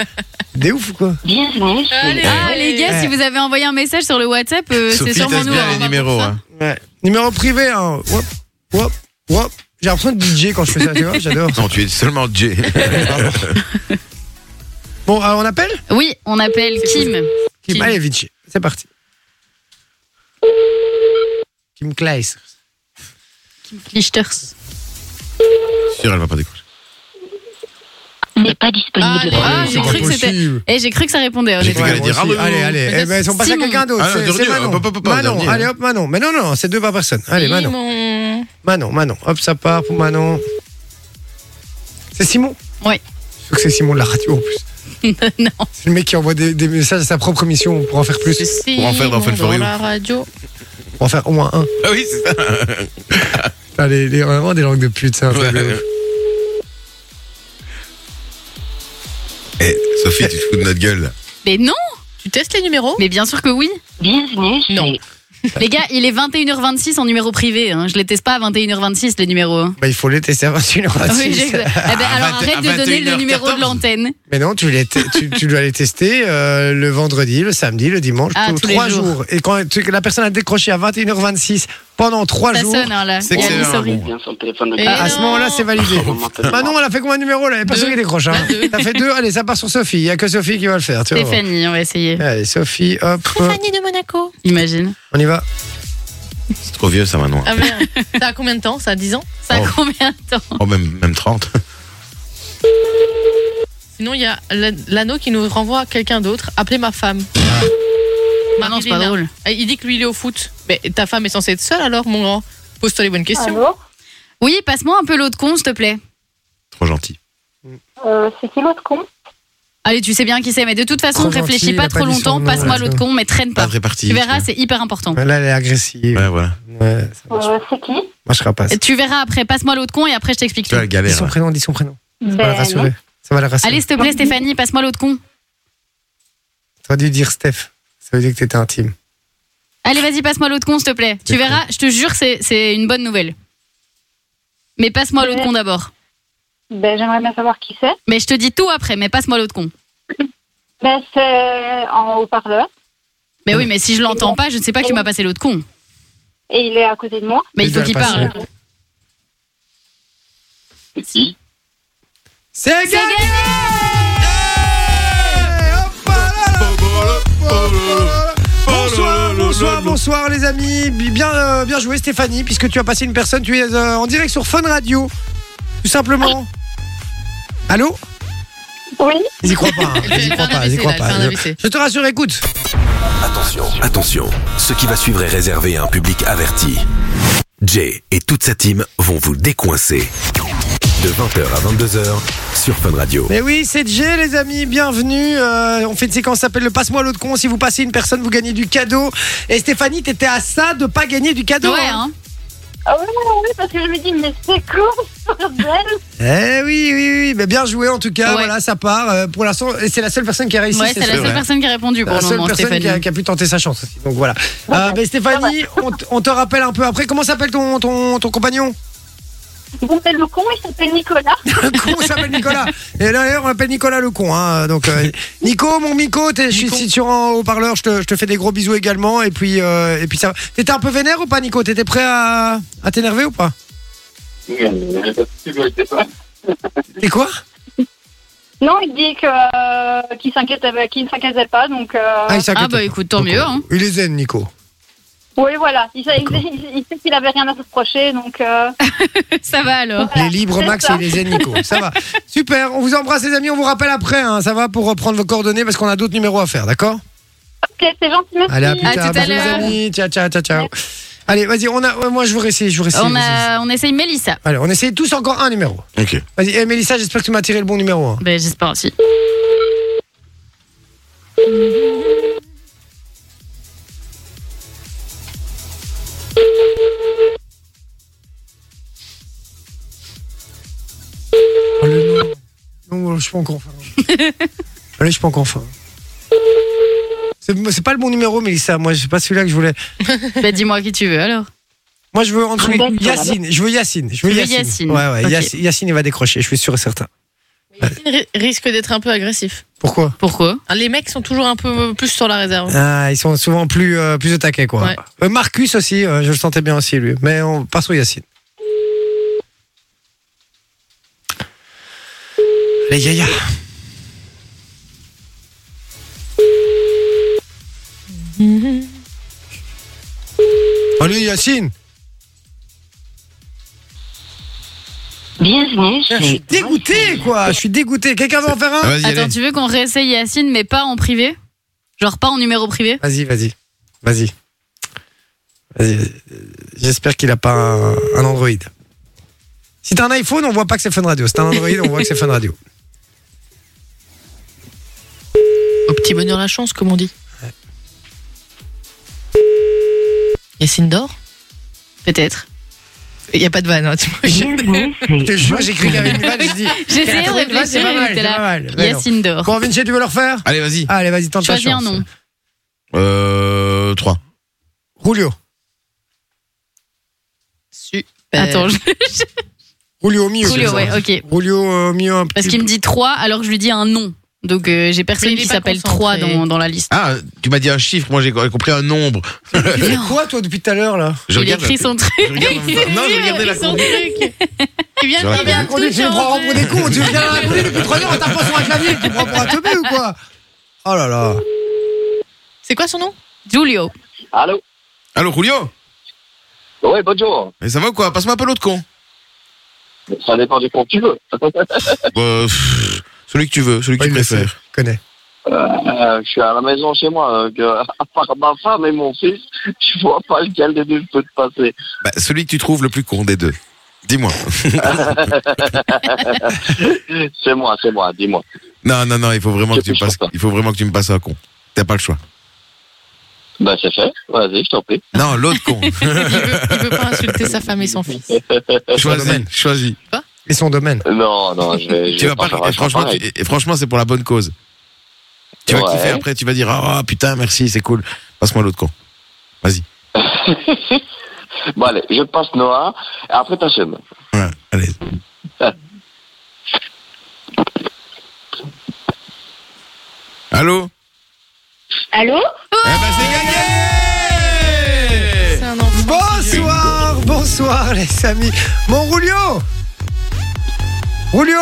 Speaker 2: Des ouf ou quoi
Speaker 7: Bienvenue.
Speaker 3: Ah, les gars,
Speaker 2: Eh.
Speaker 3: si vous avez envoyé un message sur le WhatsApp, euh, c'est
Speaker 4: Sophie,
Speaker 3: sûrement
Speaker 4: t'as
Speaker 3: nous.
Speaker 4: bien
Speaker 3: hein.
Speaker 4: les numéros. hein.
Speaker 2: ouais. Numéro privé, hein. Hop, hop, hop. J'ai l'impression de DJ quand je fais ça, tu vois, j'adore.
Speaker 4: Non, tu es seulement J.
Speaker 2: Bon, alors on appelle
Speaker 3: Oui, on appelle Kim.
Speaker 2: Kim.
Speaker 5: Kim.
Speaker 2: Allez, Vinci, c'est parti. Kim Kleiss.
Speaker 3: Lichters.
Speaker 4: Sûr, elle va pas décoller.
Speaker 7: N'est pas disponible.
Speaker 3: Allez. Ah, j'ai
Speaker 2: c'est
Speaker 3: cru
Speaker 2: pas
Speaker 3: que c'était-
Speaker 2: possible.
Speaker 3: Et j'ai cru que ça répondait.
Speaker 4: J'ai
Speaker 3: honnêtement.
Speaker 4: cru
Speaker 2: Ouais,
Speaker 4: qu'elle allait dire,
Speaker 2: moi aussi.
Speaker 4: ah, bah,
Speaker 2: allez, allez, eh ben, ils sont passés à
Speaker 3: Simon.
Speaker 2: quelqu'un d'autre.
Speaker 4: Ah,
Speaker 2: c'est-
Speaker 4: dernier,
Speaker 2: c'est Manon.
Speaker 4: hop, hop, hop, hop,
Speaker 2: Manon,
Speaker 4: dernier.
Speaker 2: allez hop, Manon. Mais non, non, c'est deux par personne. Allez, Manon.
Speaker 5: Simon.
Speaker 2: Manon, Manon. Hop, ça part pour Manon. C'est Simon
Speaker 3: Ouais.
Speaker 2: Je crois que c'est Simon de la radio en plus.
Speaker 3: Non.
Speaker 2: C'est le mec qui envoie des, des messages à sa propre émission pour en faire plus,
Speaker 5: C'est
Speaker 4: Pour en faire dans
Speaker 5: Simon
Speaker 4: Fun for You.
Speaker 5: la radio.
Speaker 2: pour en faire au moins un.
Speaker 4: Ah oui, c'est ça.
Speaker 2: Putain, les, les, vraiment des langues de pute, ça.
Speaker 4: Ouais. Eh, Sophie, tu te fous de notre gueule. là.
Speaker 3: Mais non,
Speaker 5: Tu testes les numéros
Speaker 3: mais bien sûr que oui.
Speaker 7: Bienvenue. chez-
Speaker 5: Non.
Speaker 3: Les gars, il est 21h26 en numéro privé. hein. Je les teste pas à 21h26 les numéros. hein.
Speaker 2: Bah, il faut les tester à 21h26.
Speaker 3: Oui, j'ai- eh ben, alors
Speaker 4: vingt-
Speaker 3: arrête
Speaker 4: Ah, à
Speaker 3: de donner le
Speaker 4: 21h14.
Speaker 3: numéro de l'antenne.
Speaker 2: Mais non, tu, les te- tu, tu dois les tester euh, le vendredi, le samedi, le dimanche,
Speaker 3: Ah,
Speaker 2: tous-
Speaker 3: tous les
Speaker 2: trois
Speaker 3: jours.
Speaker 2: Et quand tu- la personne a décroché à 21h26 pendant trois
Speaker 3: Ça
Speaker 2: jours,
Speaker 3: sonne hein, là.
Speaker 4: C'est que
Speaker 3: Il y a
Speaker 4: c'est
Speaker 3: mis
Speaker 4: un
Speaker 3: sorry.
Speaker 4: bon.
Speaker 7: Bien son téléphone de
Speaker 5: Et
Speaker 2: à
Speaker 7: Ah,
Speaker 2: ce moment-là, c'est validé.
Speaker 7: Oh,
Speaker 2: Manon, elle a fait combien de numéros là Il n'y a personne
Speaker 5: Deux.
Speaker 2: qui décroche. Hein. T'as fait deux, allez, ça part sur Sophie. Il n'y a que Sophie qui va le faire. Tu vois.
Speaker 3: Stéphanie, on va essayer.
Speaker 2: Allez, Sophie, hop, hop,
Speaker 5: Fanny de Monaco.
Speaker 3: Imagine.
Speaker 2: on y va.
Speaker 4: C'est trop vieux, ça, Manon.
Speaker 5: Ah merde. Ça a combien de temps Ça a 10 ans
Speaker 3: Ça a
Speaker 4: Oh.
Speaker 3: combien de temps
Speaker 4: Oh, même, même 30.
Speaker 5: Sinon, il y a la- l'anneau qui nous renvoie à quelqu'un d'autre. Appelez ma femme.
Speaker 3: Ah non, c'est pas
Speaker 5: Marilena.
Speaker 3: drôle.
Speaker 5: Eh, Il dit que lui, il est au foot. Mais ta femme est censée être seule alors, mon grand Pose-toi les bonnes questions.
Speaker 8: Allô
Speaker 3: Oui, passe-moi un peu l'autre con, s'il te plaît.
Speaker 4: Trop gentil.
Speaker 8: Euh, C'est qui l'autre con
Speaker 3: Allez, tu sais bien qui c'est, mais de toute façon,
Speaker 2: Trop gentil,
Speaker 3: réfléchis
Speaker 2: il a pas
Speaker 3: pas trop
Speaker 2: dit son
Speaker 3: longtemps.
Speaker 2: nom,
Speaker 3: Passe-moi
Speaker 2: là,
Speaker 3: l'autre
Speaker 2: tu
Speaker 3: con, mais traîne
Speaker 4: Pas
Speaker 3: pas.
Speaker 4: de répartie.
Speaker 3: Tu verras, c'est hyper important.
Speaker 2: Là, elle est agressive.
Speaker 4: Ouais, voilà.
Speaker 2: Ouais, ça marche-
Speaker 8: Euh, C'est qui
Speaker 2: marchera pas. ça.
Speaker 3: Tu verras après, passe-moi l'autre con et après je t'explique
Speaker 4: Tu
Speaker 3: tout.
Speaker 4: vois, la
Speaker 2: Dis
Speaker 4: galère.
Speaker 2: son
Speaker 4: là.
Speaker 2: prénom, dis son prénom. Ça va la
Speaker 8: Ben, non.
Speaker 2: rassurer. Ça va la rassurer.
Speaker 3: Allez, s'il te plaît, Stéphanie, passe-moi l'autre con.
Speaker 2: T'aurais dû dire Steph. Ça veut dire que t'étais intime.
Speaker 3: Allez, vas-y, passe-moi l'autre con, s'il te plaît. Tu
Speaker 2: D'accord.
Speaker 3: verras, je te jure, c'est- c'est une bonne nouvelle. Mais passe-moi l'autre con d'abord.
Speaker 8: Ben, J'aimerais bien savoir qui c'est.
Speaker 3: Mais je te dis tout après, mais passe-moi l'autre con.
Speaker 8: Ben, c'est en haut-parleur
Speaker 3: Mais oui, mais si je l'entends pas, je ne sais pas que tu m'as passé l'autre con.
Speaker 8: et il est à côté de moi.
Speaker 3: Mais il faut
Speaker 2: dois
Speaker 3: qu'il
Speaker 2: la passer.
Speaker 3: parle.
Speaker 2: C'est gagné Hop Oh là oh là. Bonsoir, bonsoir, bonsoir les amis. Bi- Bien, euh, bien joué Stéphanie, puisque tu as passé une personne. Tu es euh, en direct sur Fun Radio, tout simplement. Allô
Speaker 8: Oui.
Speaker 2: Ils y croient pas. hein.
Speaker 5: Elle
Speaker 2: Ils y
Speaker 5: fait
Speaker 2: croient
Speaker 5: un
Speaker 2: pas. Ils y
Speaker 5: AVC,
Speaker 2: croient
Speaker 5: là, elle fait
Speaker 2: pas.
Speaker 5: un
Speaker 2: Je-
Speaker 5: AVC.
Speaker 2: Je te rassure, écoute.
Speaker 1: Attention, attention, ce qui va suivre est réservé à un public averti. Jay et toute sa team vont vous décoincer. De 20h à 22h sur Fun Radio.
Speaker 2: Mais oui, c'est Jay, les amis. Bienvenue. Euh, on fait une séquence qui s'appelle le passe-moi l'autre con. Si vous passez une personne, vous gagnez du cadeau. Et Stéphanie, t'étais à ça de pas gagner du cadeau.
Speaker 3: Ouais,
Speaker 2: hein.
Speaker 3: hein.
Speaker 8: Ah oui, oui, oui, parce que je me dis, mais c'est con, ce bordel.
Speaker 2: Eh oui, oui, oui, mais bien joué en tout cas.
Speaker 3: Ouais.
Speaker 2: Voilà, ça part. Euh, pour l'instant, et c'est la seule personne qui a réussi.
Speaker 3: Ouais, c'est la
Speaker 2: sûr.
Speaker 3: seule
Speaker 4: vrai.
Speaker 3: personne qui a répondu pour
Speaker 2: La
Speaker 3: le
Speaker 2: seule
Speaker 3: moment,
Speaker 2: personne
Speaker 3: Stéphanie.
Speaker 2: qui a, qui a pu tenter sa chance aussi. Donc voilà. Euh, mais
Speaker 3: Ah
Speaker 2: Stéphanie, on, t- on te rappelle un peu après. Comment s'appelle ton, ton, ton compagnon
Speaker 8: Bon, ben, le con, il s'appelle Nicolas.
Speaker 2: Le con s'appelle Nicolas. Et d'ailleurs, on l'appelle Nicolas le con. hein. Donc, euh, Nico, mon Mico, t'es- je suis
Speaker 5: Nico.
Speaker 2: si sur en haut-parleur. Je te, je te fais des gros bisous également. Et puis, euh, et puis ça. va. T'étais un peu vénère ou pas, Nico T'étais prêt à, à t'énerver ou pas Et quoi
Speaker 8: Non, il dit que euh, qu'il s'inquiète, avec- qu'il ne s'inquiétait pas, donc. euh,
Speaker 2: Ah, il s'inquiète
Speaker 3: Ah bah
Speaker 2: pas.
Speaker 3: écoute, tant
Speaker 2: Donc,
Speaker 3: mieux.
Speaker 2: euh,
Speaker 3: hein.
Speaker 2: Il est zen, Nico.
Speaker 8: Oui, voilà. Il, sait- il
Speaker 2: D'accord. Ah,
Speaker 8: sait- il sait qu'il avait rien à se reprocher, donc. euh,
Speaker 3: Ça va alors.
Speaker 8: Voilà,
Speaker 2: les libres
Speaker 8: c'est
Speaker 2: Max
Speaker 8: ça.
Speaker 2: et les zen Nico. Ça va. Super. On vous embrasse les amis. On vous rappelle après. hein. Ça va pour reprendre vos coordonnées parce qu'on a d'autres numéros à faire. D'accord
Speaker 8: ok, c'est gentil, merci.
Speaker 2: Allez à plus
Speaker 3: À
Speaker 2: tard.
Speaker 3: tout à
Speaker 2: Bisous, les
Speaker 3: l'heure.
Speaker 2: amis. Ciao ciao ciao ciao. Allez, vas-y, on a, ouais, moi je veux réessayer, je veux réessayer.
Speaker 3: On,
Speaker 2: vas-y.
Speaker 3: a, on essaye Mélissa.
Speaker 2: Allez, on essaye tous encore un numéro.
Speaker 4: Ok.
Speaker 2: Vas-y, eh, Mélissa, j'espère que tu m'as tiré le bon numéro. hein.
Speaker 3: Ben, J'espère aussi.
Speaker 2: Oh, le nom. Non, je suis pas encore fin. Allez, je suis pas encore fin. C'est c'est pas le bon numéro, Mélissa. Moi, c'est pas celui-là que je voulais.
Speaker 3: Ben, dis-moi qui tu veux alors.
Speaker 2: Moi, je veux en dessous.
Speaker 7: Ah, d'accord.
Speaker 2: Yacine. Je veux Yacine. Je veux
Speaker 3: Tu veux
Speaker 2: Yacine.
Speaker 3: Yacine.
Speaker 2: Ouais, ouais.
Speaker 3: Ok.
Speaker 2: Yac- Yacine, il va décrocher, je suis sûr et certain.
Speaker 5: Ri- risque d'être un peu agressif.
Speaker 2: Pourquoi
Speaker 3: Pourquoi
Speaker 5: Ah, Les mecs sont toujours un peu plus sur la réserve.
Speaker 2: ah, Ils sont souvent plus, euh, plus au taquet, quoi.
Speaker 5: Ouais.
Speaker 2: Euh, Marcus aussi, euh, je le sentais bien aussi, lui. Mais on passe au Yacine. Les Yaya. Allez, Yacine
Speaker 7: Bienvenue
Speaker 2: Je suis
Speaker 7: chez.
Speaker 2: dégoûté, quoi Je suis dégoûté. Quelqu'un veut en faire
Speaker 4: Ah,
Speaker 2: un
Speaker 4: Vas-y,
Speaker 3: Attends,
Speaker 4: allez.
Speaker 3: tu veux qu'on réessaye Yacine, mais pas en privé Genre pas en numéro privé
Speaker 2: Vas-y, vas-y. Vas-y. Vas-y. vas-y. J'espère qu'il a pas un, un Android. Si t'as un iPhone, on voit pas que c'est Fun Radio. Si t'as un Android, on voit que c'est Fun Radio.
Speaker 5: Au petit bonheur la chance, comme on dit. Yacine dort
Speaker 3: Peut-être.
Speaker 5: Il n'y a pas de vanne, hein, tu m'imagines.
Speaker 7: Bienvenue
Speaker 2: Je te jure,
Speaker 7: chez.
Speaker 2: j'ai cru qu'il y avait une vanne, j'ai dit.
Speaker 3: J'ai
Speaker 2: T'as
Speaker 3: essayé de
Speaker 2: trouvé une vanne, c'est
Speaker 3: réfléchir
Speaker 2: pas mal,
Speaker 3: et j'étais
Speaker 2: c'est pas
Speaker 3: là.
Speaker 2: mal. Mais non.
Speaker 3: Yacine dort.
Speaker 2: Bon, Vinci, tu veux le refaire
Speaker 4: Allez, vas-y.
Speaker 2: Allez, vas-y, tente ta
Speaker 3: Choisis un
Speaker 2: chance.
Speaker 3: nom.
Speaker 4: Euh. 3.
Speaker 2: Julio.
Speaker 5: Super.
Speaker 3: Attends, je...
Speaker 2: Julio au milieu.
Speaker 3: Julio,
Speaker 2: comme ça.
Speaker 3: ouais, ok.
Speaker 2: Julio euh, au milieu un petit
Speaker 3: Parce qu'il me dit 3 alors que je lui dis un nom. Donc euh, j'ai
Speaker 5: Mais
Speaker 3: personne
Speaker 5: il est
Speaker 3: qui
Speaker 5: pas
Speaker 3: s'appelle 3
Speaker 5: concentré.
Speaker 3: dans, dans la liste.
Speaker 4: Ah, tu m'as dit un chiffre, moi j'ai compris un nombre.
Speaker 2: peu. Mais Quoi, toi, depuis tout à l'heure, là
Speaker 4: Je
Speaker 3: il
Speaker 4: regarde-
Speaker 3: écrit son truc.
Speaker 4: je regarde- Non, je regardais la
Speaker 5: Son
Speaker 4: compte.
Speaker 5: truc. Il vient
Speaker 4: J'aurais
Speaker 5: de
Speaker 4: pas
Speaker 5: bien
Speaker 4: dû.
Speaker 2: On dit, tu nous prends pour des cons, tu viens à la coulée depuis trois heures, on tape pas sur un clavier, tu prends pour un teubé ou quoi Oh là là.
Speaker 5: C'est quoi son nom
Speaker 3: Julio.
Speaker 6: Allô
Speaker 4: Allô, Julio
Speaker 6: Ouais, bonjour.
Speaker 4: Et ça va ou quoi Passe-moi un peu l'autre con.
Speaker 6: Ça dépend du compte que tu veux.
Speaker 4: Euh, pff, celui que tu veux, celui que
Speaker 2: Ouais,
Speaker 4: tu
Speaker 2: il le sait,
Speaker 4: préfères.
Speaker 2: il connaît.
Speaker 6: Euh, je suis à la maison chez moi. Donc, euh, à part ma femme et mon fils, je vois pas lequel des deux je peux te passer.
Speaker 4: Bah, celui que tu trouves le plus con des deux. Dis-moi.
Speaker 6: C'est moi, c'est moi, dis-moi.
Speaker 4: Non, non, non, il faut vraiment
Speaker 6: Je
Speaker 4: que tu me
Speaker 6: suis
Speaker 4: passes,
Speaker 6: sur ça.
Speaker 4: il faut vraiment que tu me passes un con. T'as pas le choix.
Speaker 6: Bah, c'est fait. Vas-y, je t'en prie.
Speaker 4: Non, l'autre con.
Speaker 5: il veut, il veut pas insulter sa femme et son fils.
Speaker 6: Euh,
Speaker 4: choisis,
Speaker 2: domaine.
Speaker 4: choisis.
Speaker 2: Et son domaine.
Speaker 6: Non, non, je vais. Euh, je
Speaker 4: Tu
Speaker 6: vais
Speaker 4: vas pas,
Speaker 6: faire un
Speaker 4: et franchement,
Speaker 6: pareil.
Speaker 4: tu- et franchement, c'est pour la bonne cause. Tu vas
Speaker 6: Ouais.
Speaker 4: kiffer après, tu vas dire, ah putain, merci, c'est cool. Passe-moi l'autre con.
Speaker 6: Bon, allez, je passe Noah. Après, t'enchaînes.
Speaker 4: Ouais, allez. Allô
Speaker 7: Allô
Speaker 4: Eh ben, c'est gagné
Speaker 5: C'est un enfant.
Speaker 2: Bonsoir, bonsoir les amis. Mon Rulio Rulio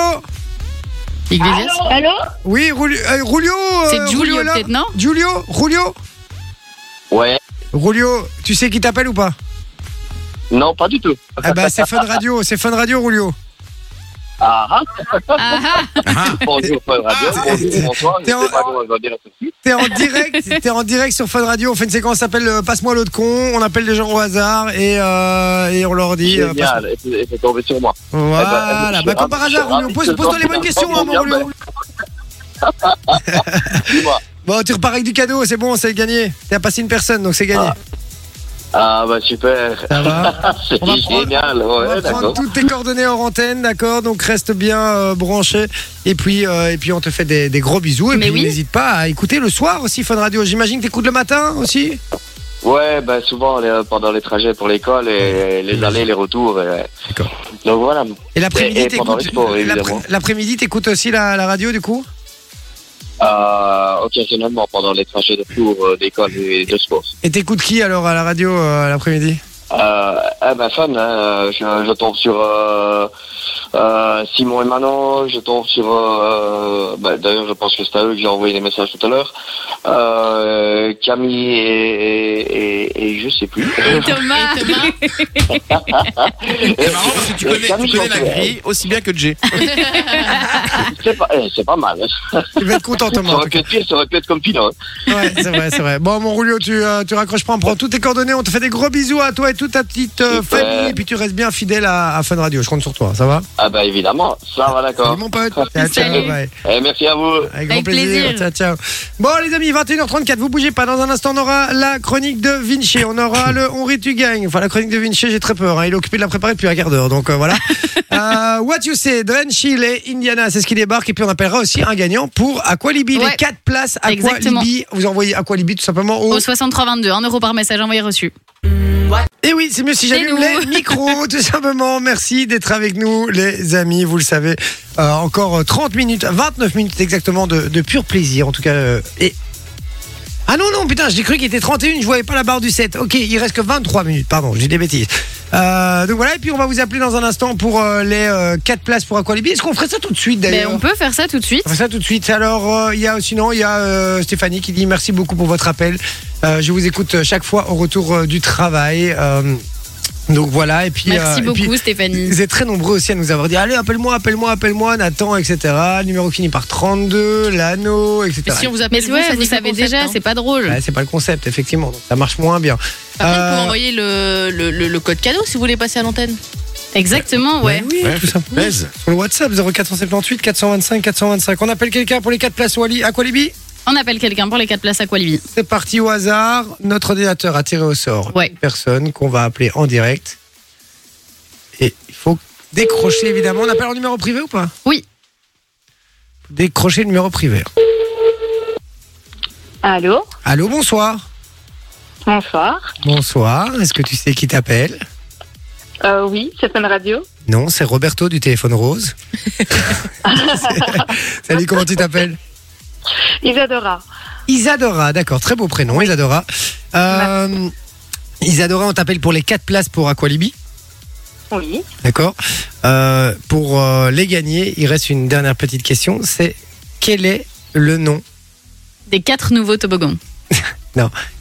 Speaker 5: Iglesias
Speaker 7: Allô
Speaker 2: Oui, Rulio. euh, Rulio euh,
Speaker 3: C'est
Speaker 2: Rulio
Speaker 3: Julio
Speaker 2: est là
Speaker 3: peut-être, non
Speaker 2: Julio Rulio
Speaker 6: Ouais.
Speaker 2: Rulio, tu sais qui t'appelle ou pas
Speaker 6: Non, pas du tout.
Speaker 2: Eh ben, c'est Fun Radio, c'est Fun Radio, Rulio.
Speaker 6: Ah, ah.
Speaker 3: Ah ah
Speaker 4: Ah,
Speaker 6: Bonjour, Fun Radio.
Speaker 2: Ah,
Speaker 6: Bonjour, bonsoir. Je
Speaker 2: t'es
Speaker 6: sais
Speaker 2: en-
Speaker 6: pas comment je dois dire tout de suite.
Speaker 2: T'es en direct, t'es en direct sur Fun Radio. On fait une séquence qui s'appelle euh, Passe-moi l'autre con. On appelle des gens au hasard et, euh, et on leur dit. euh, passe-
Speaker 6: Génial. Et c'est- et c'est tombé sur moi. Eh ben,
Speaker 2: voilà.
Speaker 6: je
Speaker 2: Bah,
Speaker 6: suis
Speaker 2: comme par
Speaker 6: ravi-
Speaker 2: hasard,
Speaker 6: je suis
Speaker 2: Rulio,
Speaker 6: ravi
Speaker 2: pose-
Speaker 6: que
Speaker 2: pose-toi les
Speaker 6: ce
Speaker 2: bonnes
Speaker 6: soit
Speaker 2: questions, hein,
Speaker 6: vraiment
Speaker 2: mon
Speaker 6: bien,
Speaker 2: Rulio.
Speaker 6: Dis-moi.
Speaker 2: Bon, tu repars avec du cadeau, c'est bon, c'est gagné. T'as passé une personne, donc c'est gagné.
Speaker 6: Ah, bah, super. Ah,
Speaker 2: Ça va
Speaker 6: C'est
Speaker 2: On va prendre-
Speaker 6: génial.
Speaker 2: On va
Speaker 6: Ouais,
Speaker 2: prendre
Speaker 6: d'accord.
Speaker 2: toutes tes coordonnées hors antenne, d'accord Donc reste bien euh, branché. Et puis, euh, et puis on te fait des, des gros bisous. Et
Speaker 3: Mais
Speaker 2: puis
Speaker 3: oui.
Speaker 2: n'hésite pas à écouter le soir aussi Fun Radio. J'imagine que t'écoutes le matin aussi
Speaker 6: Ouais, bah, souvent, les- pendant les trajets pour l'école et les allers, les retours. et-
Speaker 2: D'accord.
Speaker 6: Donc, voilà.
Speaker 2: Et l'après-midi,
Speaker 6: Et- et pendant
Speaker 2: t'écoutes-
Speaker 6: les sports, évidemment.
Speaker 2: l'après- l'après-midi, t'écoutes aussi la, la radio du coup
Speaker 6: Euh, occasionnellement, pendant les trajets de cours euh, d'école et de sport.
Speaker 2: Et t'écoutes qui alors à la radio euh, l'après-midi
Speaker 6: eh ben, Euh, ah, ma fan, hein, je, je tombe sur euh, euh, Simon et Manon, je tombe sur... euh, bah, D'ailleurs, je pense que c'est à eux que j'ai envoyé les messages tout à l'heure. Euh, Camille et, et, et, et je sais plus.
Speaker 3: Thomas,
Speaker 4: C'est marrant parce que
Speaker 6: Euh,
Speaker 4: tu connais, tu connais la grille aussi bien que Jay.
Speaker 6: C'est pas, eh, c'est pas mal. hein.
Speaker 2: Tu vas être content, Thomas.
Speaker 6: Ça
Speaker 2: en tout
Speaker 6: aurait pu
Speaker 2: cas.
Speaker 6: être pire, ça aurait pu être comme Pino. hein.
Speaker 2: Ouais, c'est vrai, c'est vrai. Bon, mon Roulio, tu, euh, tu raccroches pas, on prend toutes tes coordonnées, on te fait des gros bisous à toi et toute ta petite euh,
Speaker 6: Super.
Speaker 2: famille, et puis tu restes bien fidèle à, à Fun Radio. Je compte sur toi, ça va
Speaker 6: Ah bah évidemment, ça va d'accord.
Speaker 2: Salut, mon pote. Ciao, ciao,
Speaker 3: Salut.
Speaker 2: bye.
Speaker 6: Eh, merci à vous.
Speaker 2: Avec grand
Speaker 3: Avec
Speaker 2: plaisir.
Speaker 3: plaisir.
Speaker 2: Ciao, ciao. Bon, les amis, 21h34, vous bougez pas. Dans un instant, on aura la chronique de Vinci. On aura le On rit, tu gagnes. Enfin, la chronique de Vinci, j'ai très peur. hein. Il est occupé de la préparer depuis un quart d'heure. Donc euh, voilà. Euh, What You Say de Enchil et Indiana, c'est ce qui débarque. Et puis on appellera aussi un gagnant pour Aqualibi.
Speaker 3: Ouais.
Speaker 2: Les 4 places
Speaker 3: Exactement.
Speaker 2: Aqualibi. Vous envoyez Aqualibi tout simplement au.
Speaker 3: au 6322, 1 euro par message envoyé reçu.
Speaker 2: Et Eh oui, c'est mieux si j'allume
Speaker 3: nous.
Speaker 2: les micros, tout simplement. Merci d'être avec nous, les amis. Vous le savez, euh, encore euh, 30 minutes, 29 minutes exactement de, de pur plaisir, en tout cas. euh, et... Ah non, non, putain, j'ai cru qu'il était 31, je voyais pas la barre du 7. Ok, il reste que 23 minutes, pardon, j'ai des bêtises. Euh, donc voilà, et puis on va vous appeler dans un instant pour euh, les 4 places pour Aqualibi. Est-ce qu'on ferait ça tout de suite
Speaker 3: Mais
Speaker 2: d'ailleurs
Speaker 3: Ben, on peut faire ça tout de suite.
Speaker 2: on fait ça tout de suite. Alors, euh, il y a sinon, il y a euh, Stéphanie qui dit merci beaucoup pour votre appel. Euh, je vous écoute chaque fois au retour euh, du travail. Euh, donc voilà. Et puis, euh,
Speaker 3: Merci
Speaker 2: et
Speaker 3: beaucoup
Speaker 2: puis,
Speaker 3: Stéphanie.
Speaker 2: vous êtes très nombreux aussi à nous avoir dit allez, appelle-moi, appelle-moi, appelle-moi, Nathan, etc. Le numéro qui finit par 32, l'anneau, etc.
Speaker 5: Mais si on vous appelle,
Speaker 3: Mais
Speaker 5: vous, ça
Speaker 3: ouais, vous
Speaker 5: nique le
Speaker 3: savez
Speaker 5: concept,
Speaker 3: déjà,
Speaker 5: hein.
Speaker 3: c'est pas drôle.
Speaker 2: Ouais, c'est pas le concept, effectivement. Donc, ça marche moins bien.
Speaker 5: Par contre,
Speaker 2: Euh,
Speaker 5: vous pouvez envoyer le, le, le- le code cadeau si vous voulez passer à l'antenne.
Speaker 3: Exactement, ouais.
Speaker 2: ben oui,
Speaker 4: Ouais,
Speaker 2: tout simplement.
Speaker 4: Baise.
Speaker 2: Sur le WhatsApp 0478 425 425. On appelle quelqu'un pour les 4 places Wally à Qualibi
Speaker 3: On appelle quelqu'un pour les 4 places à Qualibi.
Speaker 2: C'est parti au hasard. Notre ordinateur a tiré au sort
Speaker 3: Ouais.
Speaker 2: une personne qu'on va appeler en direct. Et il faut décrocher, évidemment. On appelle en numéro privé ou pas
Speaker 3: Oui.
Speaker 2: Décrocher le numéro privé.
Speaker 7: Allô
Speaker 2: Allô, bonsoir.
Speaker 7: Bonsoir.
Speaker 2: Bonsoir. Est-ce que tu sais qui t'appelle
Speaker 7: Euh, oui, c'est Fun Radio.
Speaker 2: Non, c'est Roberto du téléphone rose. Salut, comment tu t'appelles
Speaker 7: Isadora.
Speaker 2: Isadora, d'accord. Très beau prénom, Isadora. Euh, Isadora, on t'appelle pour les 4 places pour Aqualibi.
Speaker 7: Oui.
Speaker 2: D'accord. Euh, pour euh, les gagner, il reste une dernière petite question. C'est quel est le nom
Speaker 3: Des 4 nouveaux toboggans.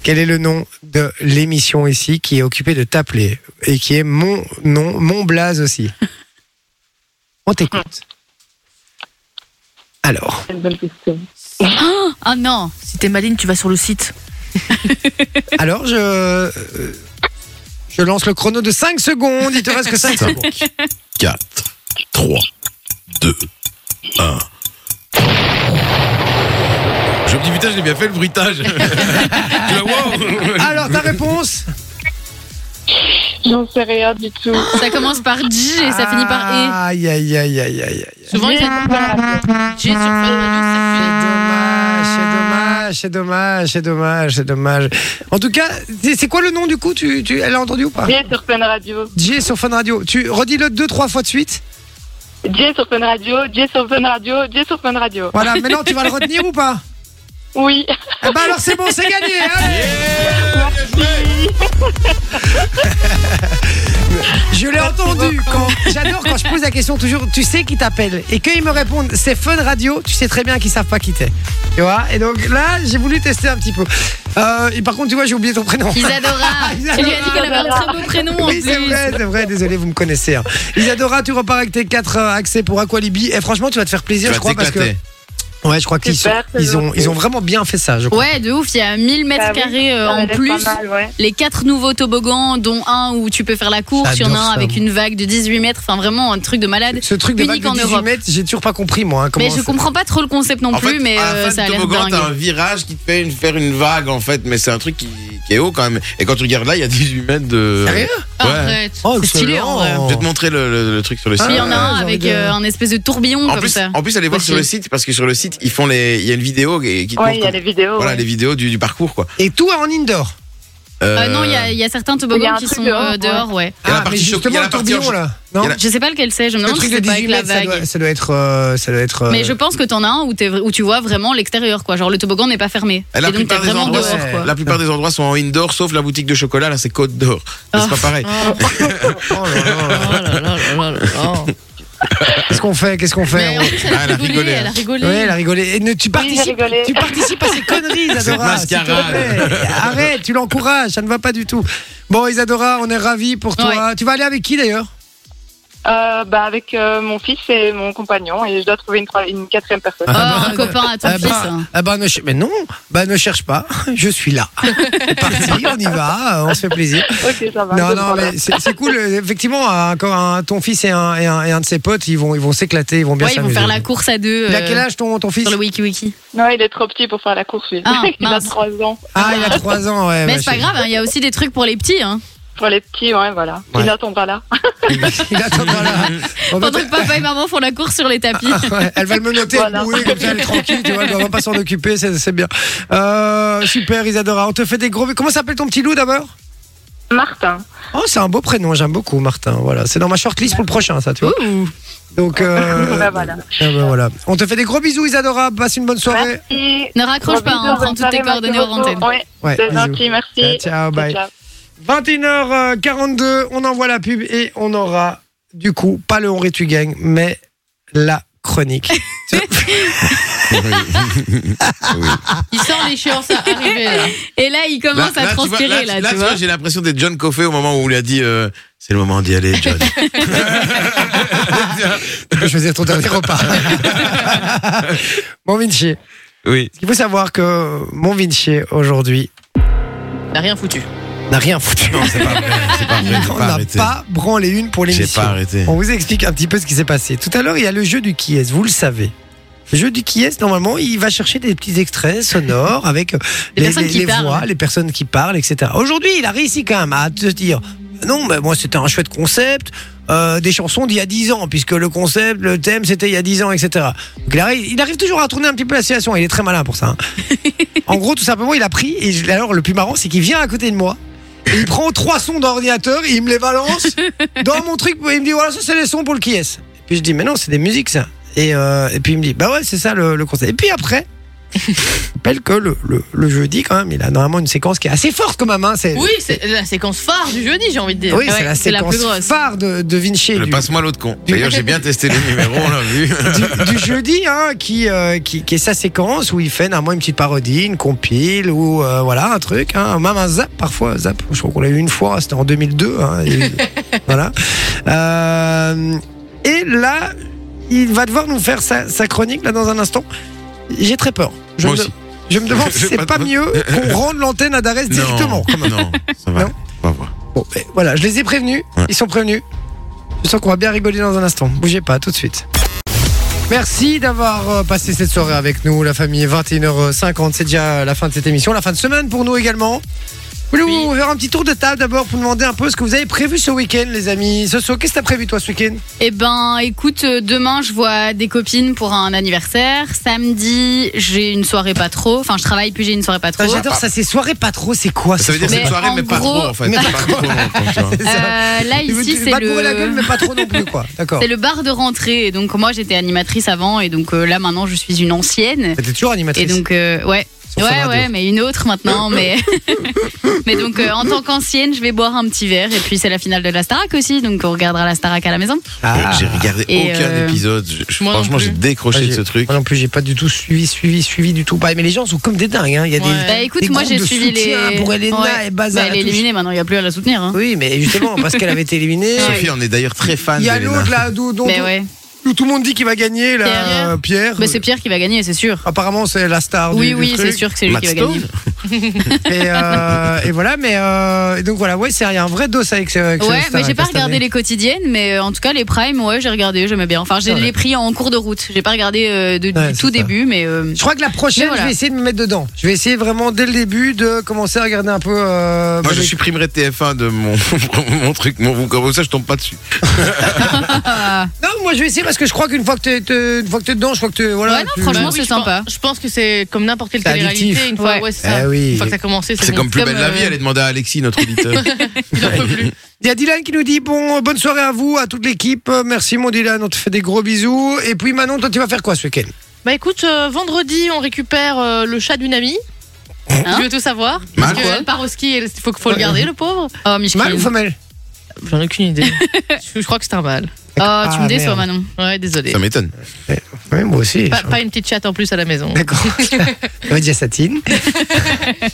Speaker 2: Quel est le nom de l'émission ici qui est occupée de t'appeler et qui est mon nom, mon blaze aussi. On t'écoute. Alors,
Speaker 7: C'est une bonne question.
Speaker 3: Oh non
Speaker 5: Si t'es maligne, tu vas sur le site.
Speaker 2: alors je euh, je lance le chrono de 5 secondes. Il te reste que 5 secondes.
Speaker 1: 4, 3, 2,
Speaker 4: Je me dis putain, j'ai bien fait le bruitage. Tu vois, wow.
Speaker 2: Alors ta réponse
Speaker 7: J'en sais rien du tout.
Speaker 3: Ça commence par J et ça finit par E.
Speaker 2: Aïe aïe aïe aïe aïe. aïe.
Speaker 5: Souvent, il y a J'ai sur Fun Radio, ça fait-
Speaker 2: Dommage, c'est dommage, c'est dommage, c'est dommage. En tout cas, c'est c'est quoi le nom du coup tu, tu, Elle a entendu ou pas
Speaker 7: Jay sur Fun Radio.
Speaker 2: Jay sur Fun Radio. Tu redis-le deux, trois fois de suite.
Speaker 7: Jay sur Fun Radio. Jay sur Fun Radio. Jay sur Fun Radio.
Speaker 2: Voilà, maintenant tu vas le retenir ou pas
Speaker 7: Oui.
Speaker 2: Eh ben alors c'est bon, c'est gagné hein. allez Je l'ai entendu quand j'adore quand je pose la question toujours tu sais qui t'appelle et qu'ils me répondent c'est Fun Radio tu sais très bien qu'ils savent pas qui t'es tu vois et donc là j'ai voulu tester un petit peu Euh, et par contre tu vois j'ai oublié ton prénom
Speaker 3: Isadora. Elle lui a dit qu'elle avait un très beau prénom en
Speaker 2: Oui, c'est
Speaker 3: plus.
Speaker 2: vrai, c'est vrai, désolé, vous me connaissez. hein. Isadora, tu repars avec tes 4 accès pour Aqualibi. Et franchement, tu vas te faire
Speaker 4: Tu
Speaker 2: plaisir,
Speaker 4: vas
Speaker 2: je crois, parce que.
Speaker 4: t'éclater.
Speaker 2: Ouais, je crois qu'ils sont,
Speaker 7: Super, c'est
Speaker 2: ils ont,
Speaker 7: gentil.
Speaker 2: ils ont vraiment bien fait ça, je crois.
Speaker 3: Ouais, de ouf, il y a 1000 mètres
Speaker 7: Bah oui,
Speaker 3: carrés euh,
Speaker 7: Ça
Speaker 3: en
Speaker 7: m'avait
Speaker 3: plus.
Speaker 7: Pas mal, ouais.
Speaker 3: Les quatre nouveaux toboggans, dont un où tu peux faire la course, il y en a
Speaker 2: J'adore
Speaker 3: un
Speaker 2: ça,
Speaker 3: avec
Speaker 2: moi.
Speaker 3: une vague de 18 mètres, enfin vraiment un truc de malade.
Speaker 2: Ce truc de vague
Speaker 3: Unique
Speaker 2: de
Speaker 3: en
Speaker 2: 18
Speaker 3: Europe.
Speaker 2: mètres, j'ai toujours pas compris, moi. hein, comment
Speaker 3: Mais je
Speaker 2: c'est-
Speaker 3: comprends pas trop le concept non
Speaker 4: En
Speaker 3: plus,
Speaker 4: fait,
Speaker 3: mais
Speaker 4: à la
Speaker 3: euh,
Speaker 4: fin
Speaker 3: ça
Speaker 4: du
Speaker 3: a l'air
Speaker 4: toboggan,
Speaker 3: dingue.
Speaker 4: t'as un virage qui te fait une- faire une vague en fait, mais c'est un truc qui, qui est haut quand même. Et quand tu regardes là, il y a 18 mètres de.
Speaker 2: Sérieux
Speaker 4: Ouais.
Speaker 5: Arrête.
Speaker 2: Oh,
Speaker 5: C'est stylé en vrai.
Speaker 2: excellent.
Speaker 4: Je vais te montrer le, le- le truc sur le site.
Speaker 3: Puis il y en a
Speaker 2: Ah,
Speaker 3: un
Speaker 2: j'ai
Speaker 3: avec
Speaker 2: envie de-
Speaker 3: euh, un espèce de tourbillon
Speaker 4: En
Speaker 3: comme
Speaker 4: plus,
Speaker 3: ça.
Speaker 4: en plus, allez voir sur le site parce que sur le site, ils font les, il y a une vidéo qui qui te
Speaker 7: Ouais,
Speaker 4: montre
Speaker 7: il y a
Speaker 4: comme-
Speaker 7: les vidéos.
Speaker 4: voilà
Speaker 7: ouais.
Speaker 4: les vidéos du, du parcours quoi.
Speaker 2: Et tout en indoor.
Speaker 3: Euh, non, il y a, il y a certains
Speaker 7: Il y a
Speaker 3: toboggans
Speaker 7: un
Speaker 3: qui
Speaker 7: truc
Speaker 3: sont
Speaker 7: dehors,
Speaker 3: euh,
Speaker 7: ouais.
Speaker 3: dehors, ouais.
Speaker 4: Il y a la
Speaker 2: Ah, mais
Speaker 4: partie choc- il y a
Speaker 2: justement
Speaker 4: la
Speaker 2: le
Speaker 4: partie
Speaker 2: tourbillon,
Speaker 4: en-
Speaker 2: là. Non
Speaker 4: il y a la-
Speaker 3: Je sais pas lequel c'est, je me
Speaker 2: Bah. Le
Speaker 3: demande si
Speaker 2: truc de
Speaker 3: c'est pas
Speaker 2: 18
Speaker 3: avec la
Speaker 2: mètres, ça doit,
Speaker 3: vague.
Speaker 2: ça doit être. euh, ça doit être euh,
Speaker 3: Mais je pense que t'en as un où, t'es- où tu vois vraiment l'extérieur, quoi. Genre le toboggan n'est pas fermé.
Speaker 4: Et la
Speaker 3: Et donc t'es
Speaker 4: plupart des
Speaker 3: vraiment
Speaker 4: endroits,
Speaker 3: dehors,
Speaker 2: c'est-
Speaker 3: quoi.
Speaker 4: Euh, La plupart des endroits sont en indoor, sauf la boutique de chocolat là, c'est Côte d'Or. Mais C'est pas
Speaker 3: Oh.
Speaker 4: pareil.
Speaker 5: Oh.
Speaker 2: oh là là là.
Speaker 5: Oh là là là là là.
Speaker 2: Qu'est-ce qu'on fait Qu'est-ce qu'on fait
Speaker 5: Mais en plus, elle a
Speaker 4: Ah, elle a
Speaker 5: rigolé,
Speaker 4: rigolé,
Speaker 5: elle a
Speaker 4: hein.
Speaker 5: rigolé.
Speaker 2: Ouais, elle a rigolé. Et ne, tu,
Speaker 8: j'ai
Speaker 2: participes,
Speaker 8: rigolé.
Speaker 2: tu participes à ces conneries, Isadora.
Speaker 4: Cette
Speaker 2: s'il te
Speaker 4: mascarade.
Speaker 2: plaît. Arrête, tu l'encourages, ça ne va pas du tout. Bon, Isadora, on est ravis pour toi. Tu vas aller avec qui d'ailleurs
Speaker 7: Euh, bah, avec euh, mon fils et mon compagnon, et je dois trouver une, troi- une quatrième personne.
Speaker 3: Oh,
Speaker 2: Ah
Speaker 3: un
Speaker 2: bah,
Speaker 3: copain à ton
Speaker 2: Ah
Speaker 3: fils.
Speaker 2: bah,
Speaker 3: hein.
Speaker 2: ah bah, ne ch- mais non, bah ne cherche pas, je suis là. C'est parti, on y va, on se fait plaisir.
Speaker 7: Ok, ça
Speaker 2: Non,
Speaker 7: va. Bah, je
Speaker 2: non,
Speaker 7: prends
Speaker 2: mais c'est c'est cool. euh, Effectivement, un- quand un- ton fils et un, et un- et un de ses potes, ils vont ils vont s'éclater, ils vont bien
Speaker 3: Ouais, ils vont
Speaker 2: s'amuser.
Speaker 3: faire la course à deux.
Speaker 2: Il a
Speaker 3: euh,
Speaker 2: quel âge ton, ton fils
Speaker 3: Sur le wiki wiki.
Speaker 7: la- Non, il est trop petit pour faire la course, lui.
Speaker 3: Ah,
Speaker 7: il a
Speaker 3: mince.
Speaker 7: 3 ans.
Speaker 2: Ah, il a 3 ans, ouais.
Speaker 3: Mais
Speaker 2: bah,
Speaker 3: c'est pas
Speaker 2: je-
Speaker 3: grave, hein, il y a aussi des trucs pour les petits. Hein.
Speaker 7: Pour les petits, ouais, voilà.
Speaker 4: Ouais.
Speaker 7: Il attendra là.
Speaker 2: Il attendra là. bah, On va Ah.
Speaker 3: Pendant que papa et maman font la course sur les tapis.
Speaker 2: Ouais, elle va le menotter,
Speaker 7: Voilà.
Speaker 2: le mouiller, comme ça elle est tranquille, tu vois, elle va pas s'en occuper, c'est c'est bien. Euh, super Isadora, on te fait des gros... Comment s'appelle ton petit loup d'abord
Speaker 7: Martin.
Speaker 2: Oh, c'est un beau prénom, j'aime beaucoup Martin, voilà. C'est dans ma shortlist pour le prochain, ça, tu vois. Donc, euh,
Speaker 7: Bah, voilà.
Speaker 2: eh ben, voilà. On te fait des gros bisous Isadora, passe une bonne soirée.
Speaker 7: Merci.
Speaker 3: Ne raccroche pas, hein, on prend toutes tes coordonnées aux antennes.
Speaker 7: Ouais,
Speaker 2: Ouais,
Speaker 7: c'est
Speaker 2: Eh, bisous.
Speaker 7: gentil, merci.
Speaker 2: Ouais, ciao, bye.
Speaker 7: Ciao.
Speaker 2: 21h42, on envoie la pub et on aura, du coup, pas le Henri tu gagnes, mais la chronique.
Speaker 5: Il sent l'échéance à arriver. Là.
Speaker 3: Et là, il commence à
Speaker 4: tu vois,
Speaker 3: transpirer, là, tu vois.
Speaker 4: j'ai l'impression d'être John Coffey au moment où on lui a dit euh, c'est le moment d'y aller, John.
Speaker 2: je faisais ton dernier repas. bon Vinci.
Speaker 4: oui.
Speaker 2: Il faut savoir que mon Vinci, aujourd'hui,
Speaker 5: T'as rien foutu.
Speaker 2: n'a rien foutu.
Speaker 4: Non, c'est pas vrai, c'est pas vrai. j'ai
Speaker 2: On
Speaker 4: pas
Speaker 2: n'a
Speaker 4: arrêté.
Speaker 2: pas branlé une pour
Speaker 4: J'ai
Speaker 2: l'émission.
Speaker 4: pas arrêté.
Speaker 2: On vous explique un petit peu ce qui s'est passé. Tout à l'heure, il y a le jeu du qui est, vous le savez. Le jeu du qui est, normalement, il va chercher des petits extraits sonores avec euh, les,
Speaker 3: personnes
Speaker 2: les-
Speaker 3: qui
Speaker 2: les
Speaker 3: parlent.
Speaker 2: voix, les personnes qui parlent, etc. Aujourd'hui, il a réussi quand même à te dire non, mais moi, c'était un chouette concept. euh, des chansons d'il y a 10 ans, puisque le concept, le thème, c'était il y a 10 ans, etc. Donc il arrive, il arrive toujours à tourner un petit peu la situation, il est très malin pour ça. hein. en gros, tout simplement, il a pris, et je- alors le plus marrant, c'est qu'il vient à côté de moi, et il prend trois sons d'ordinateur, et il me les balance dans mon truc, il me dit voilà, ça c'est les sons pour le qui est. Puis je dis mais non, c'est des musiques ça. Et, euh, et puis il me dit bah ouais, c'est ça le, le concept. Et puis après, je rappelle que le, le- le jeudi quand même, il a normalement une séquence qui est assez forte quand même. Hein, c'est,
Speaker 5: Oui, c'est la séquence phare du jeudi, j'ai envie de dire.
Speaker 2: Oui, c'est
Speaker 5: Ouais,
Speaker 2: la
Speaker 5: plus
Speaker 2: séquence
Speaker 5: grosse.
Speaker 2: phare de, de Vinci.
Speaker 4: Le
Speaker 2: du-
Speaker 4: passe-moi l'autre con. D'ailleurs, j'ai bien testé les numéros, on l'a vu.
Speaker 2: du, du jeudi, hein, qui, euh, qui, qui est sa séquence où il fait normalement une petite parodie, une compile ou euh, voilà un truc, hein, même un zap parfois. Zap, je crois qu'on l'a eu une fois, c'était en 2002. hein, et- voilà. Euh, et là, il va devoir nous faire sa, sa chronique là dans un instant. J'ai très peur. Je
Speaker 4: Moi
Speaker 2: me,
Speaker 4: aussi.
Speaker 2: je me demande si
Speaker 4: J'ai
Speaker 2: c'est
Speaker 4: pas
Speaker 2: pas,
Speaker 4: de peur.
Speaker 2: mieux qu'on rende l'antenne à Darès directement.
Speaker 4: Non, non, ça va.
Speaker 2: Non.
Speaker 4: On va voir.
Speaker 2: Bon, ben, voilà, je les ai prévenus.
Speaker 4: Ouais.
Speaker 2: Ils sont prévenus. Je sens qu'on va bien rigoler dans un instant. Bougez pas, tout de suite. Merci d'avoir euh, passé cette soirée avec nous, la famille. 21h50, c'est déjà la fin de cette émission, la fin de semaine pour nous également. Voulez-vous faire un petit tour de table d'abord pour demander un peu ce que vous avez prévu ce week-end, les amis Soso, qu'est-ce que t'as prévu toi ce week-end
Speaker 3: Eh ben, écoute, euh, demain, je vois des copines pour un anniversaire. Samedi, j'ai une soirée pas trop. Enfin, je travaille, puis j'ai une soirée pas trop.
Speaker 2: Ah, J'adore ça, c'est soirée pas trop, c'est quoi
Speaker 4: Ça veut dire
Speaker 3: Mais
Speaker 4: cette soirée,
Speaker 3: en
Speaker 4: mais pas
Speaker 3: gros-
Speaker 4: trop, en fait.
Speaker 2: Mais
Speaker 4: Pas
Speaker 2: pas
Speaker 4: trop longtemps, tu vois.
Speaker 3: Euh, là,
Speaker 2: Tu veux-
Speaker 3: ici,
Speaker 2: tu veux
Speaker 3: c'est
Speaker 2: pas te bourrer la gueule,
Speaker 3: le...
Speaker 2: mais pas trop non plus, quoi. D'accord.
Speaker 3: C'est le bar de rentrée. Et donc, moi, j'étais animatrice avant. Et donc, euh, là, maintenant, je suis une ancienne.
Speaker 2: T'es toujours animatrice.
Speaker 3: Et donc, euh, ouais.
Speaker 2: sur Fun
Speaker 3: Ouais,
Speaker 2: Radio.
Speaker 3: ouais, mais une autre maintenant. mais mais donc, euh, en tant qu'ancienne, je vais boire un petit verre. Et puis, c'est la finale de la Starac aussi. Donc, on regardera la Starac à la maison.
Speaker 2: Ah.
Speaker 4: J'ai regardé
Speaker 3: Et
Speaker 4: aucun
Speaker 3: euh,
Speaker 4: épisode. Je- je-
Speaker 5: moi non
Speaker 4: franchement,
Speaker 5: plus.
Speaker 4: j'ai décroché
Speaker 2: Moi,
Speaker 4: de ce
Speaker 2: j'ai-
Speaker 4: truc.
Speaker 2: Moi non plus, j'ai pas du tout suivi, suivi, suivi du tout. Bah, mais les gens sont comme des dingues. Hein. Il y a
Speaker 5: Ouais.
Speaker 2: des,
Speaker 3: Bah, écoute,
Speaker 2: des
Speaker 3: moi,
Speaker 2: groupes
Speaker 3: j'ai
Speaker 2: de
Speaker 3: suivi
Speaker 2: soutien
Speaker 3: les.
Speaker 2: pour Elena
Speaker 3: Ouais.
Speaker 2: et Bazar.
Speaker 3: Bah, elle est
Speaker 2: et tout.
Speaker 3: éliminée maintenant. Il n'y a plus à la soutenir. hein.
Speaker 2: Oui, mais justement, parce qu'elle avait été éliminée.
Speaker 4: Sophie, on est d'ailleurs très fan.
Speaker 2: Il y a
Speaker 4: d'Elena.
Speaker 2: l'autre là, dont, dont-
Speaker 3: Mais Bah, ouais.
Speaker 2: où tout le monde dit qu'il va gagner, là,
Speaker 3: Pierre.
Speaker 2: euh, Pierre.
Speaker 3: Mais c'est Pierre qui va gagner, c'est sûr.
Speaker 2: Apparemment, c'est la star du-
Speaker 3: Oui,
Speaker 2: du
Speaker 3: oui,
Speaker 2: truc.
Speaker 3: c'est sûr que c'est lui
Speaker 4: Matt
Speaker 3: qui va
Speaker 4: Stone
Speaker 3: gagner.
Speaker 2: Et, euh, et voilà, mais euh, et donc voilà, ouais, c'est il y a un vrai dos avec, ce- avec ce
Speaker 3: Ouais,
Speaker 2: Star
Speaker 3: mais j'ai
Speaker 2: avec
Speaker 3: pas
Speaker 2: cette année.
Speaker 3: regardé les quotidiennes, mais euh, en tout cas les primes, ouais, j'ai regardé, j'aimais bien. Enfin, j'ai
Speaker 2: Ouais.
Speaker 3: les pris en cours de route. J'ai pas regardé euh, de-
Speaker 2: Ouais,
Speaker 3: du
Speaker 2: c'est
Speaker 3: tout
Speaker 2: ça.
Speaker 3: début, mais euh,
Speaker 2: Je crois que la prochaine,
Speaker 3: Mais voilà.
Speaker 2: je vais essayer de me mettre dedans. Je vais essayer vraiment dès le début de commencer à regarder un peu. euh,
Speaker 4: Moi, je
Speaker 2: les-
Speaker 4: supprimerai TF1 de mon, mon truc, mon comme ça, je tombe pas dessus.
Speaker 2: Non, moi je vais essayer parce que je crois qu'une fois que t'es- t'es une fois que t'es dedans, je crois que tu voilà.
Speaker 3: Ouais, non,
Speaker 2: tu-
Speaker 3: franchement,
Speaker 5: Bah oui,
Speaker 3: c'est
Speaker 5: je pense-
Speaker 3: sympa.
Speaker 5: Je pense que c'est comme n'importe quelle
Speaker 2: C'est
Speaker 5: télé-réalité.
Speaker 2: addictif.
Speaker 5: Une fois,
Speaker 3: Ouais.
Speaker 5: ouais, c'est ça.
Speaker 2: Eh oui.
Speaker 5: Une fois que ça a commencé, c'est
Speaker 4: C'est
Speaker 5: bon.
Speaker 4: comme plus
Speaker 5: Comme,
Speaker 4: belle la
Speaker 5: euh,
Speaker 4: vie, allez demander à Alexis, notre auditeur.
Speaker 5: Il en peut plus.
Speaker 2: Il y a Dylan qui nous dit bon, euh, bonne soirée à vous, à toute l'équipe. Euh, Merci mon Dylan, on te fait des gros bisous. Et puis Manon, toi tu vas faire quoi ce week-end
Speaker 5: Bah écoute, euh, vendredi, on récupère euh, le chat d'une amie.
Speaker 2: Eh.
Speaker 3: Hein
Speaker 5: tu veux tout savoir
Speaker 4: Mal,
Speaker 5: Parce que
Speaker 4: quoi.
Speaker 5: elle part au ski, il faut, faut le garder, le pauvre.
Speaker 3: oh Michel.
Speaker 2: Mâle ou femelle
Speaker 5: J'en ai aucune idée. je, je crois que c'est un mal.
Speaker 3: Oh, tu
Speaker 2: Ah,
Speaker 3: me
Speaker 2: merde.
Speaker 3: déçois, Manon.
Speaker 5: Ouais, désolé.
Speaker 4: Ça m'étonne.
Speaker 2: Ouais, moi aussi.
Speaker 5: Pas, pas une petite chatte en plus à la maison.
Speaker 2: D'accord. Nadia Satine.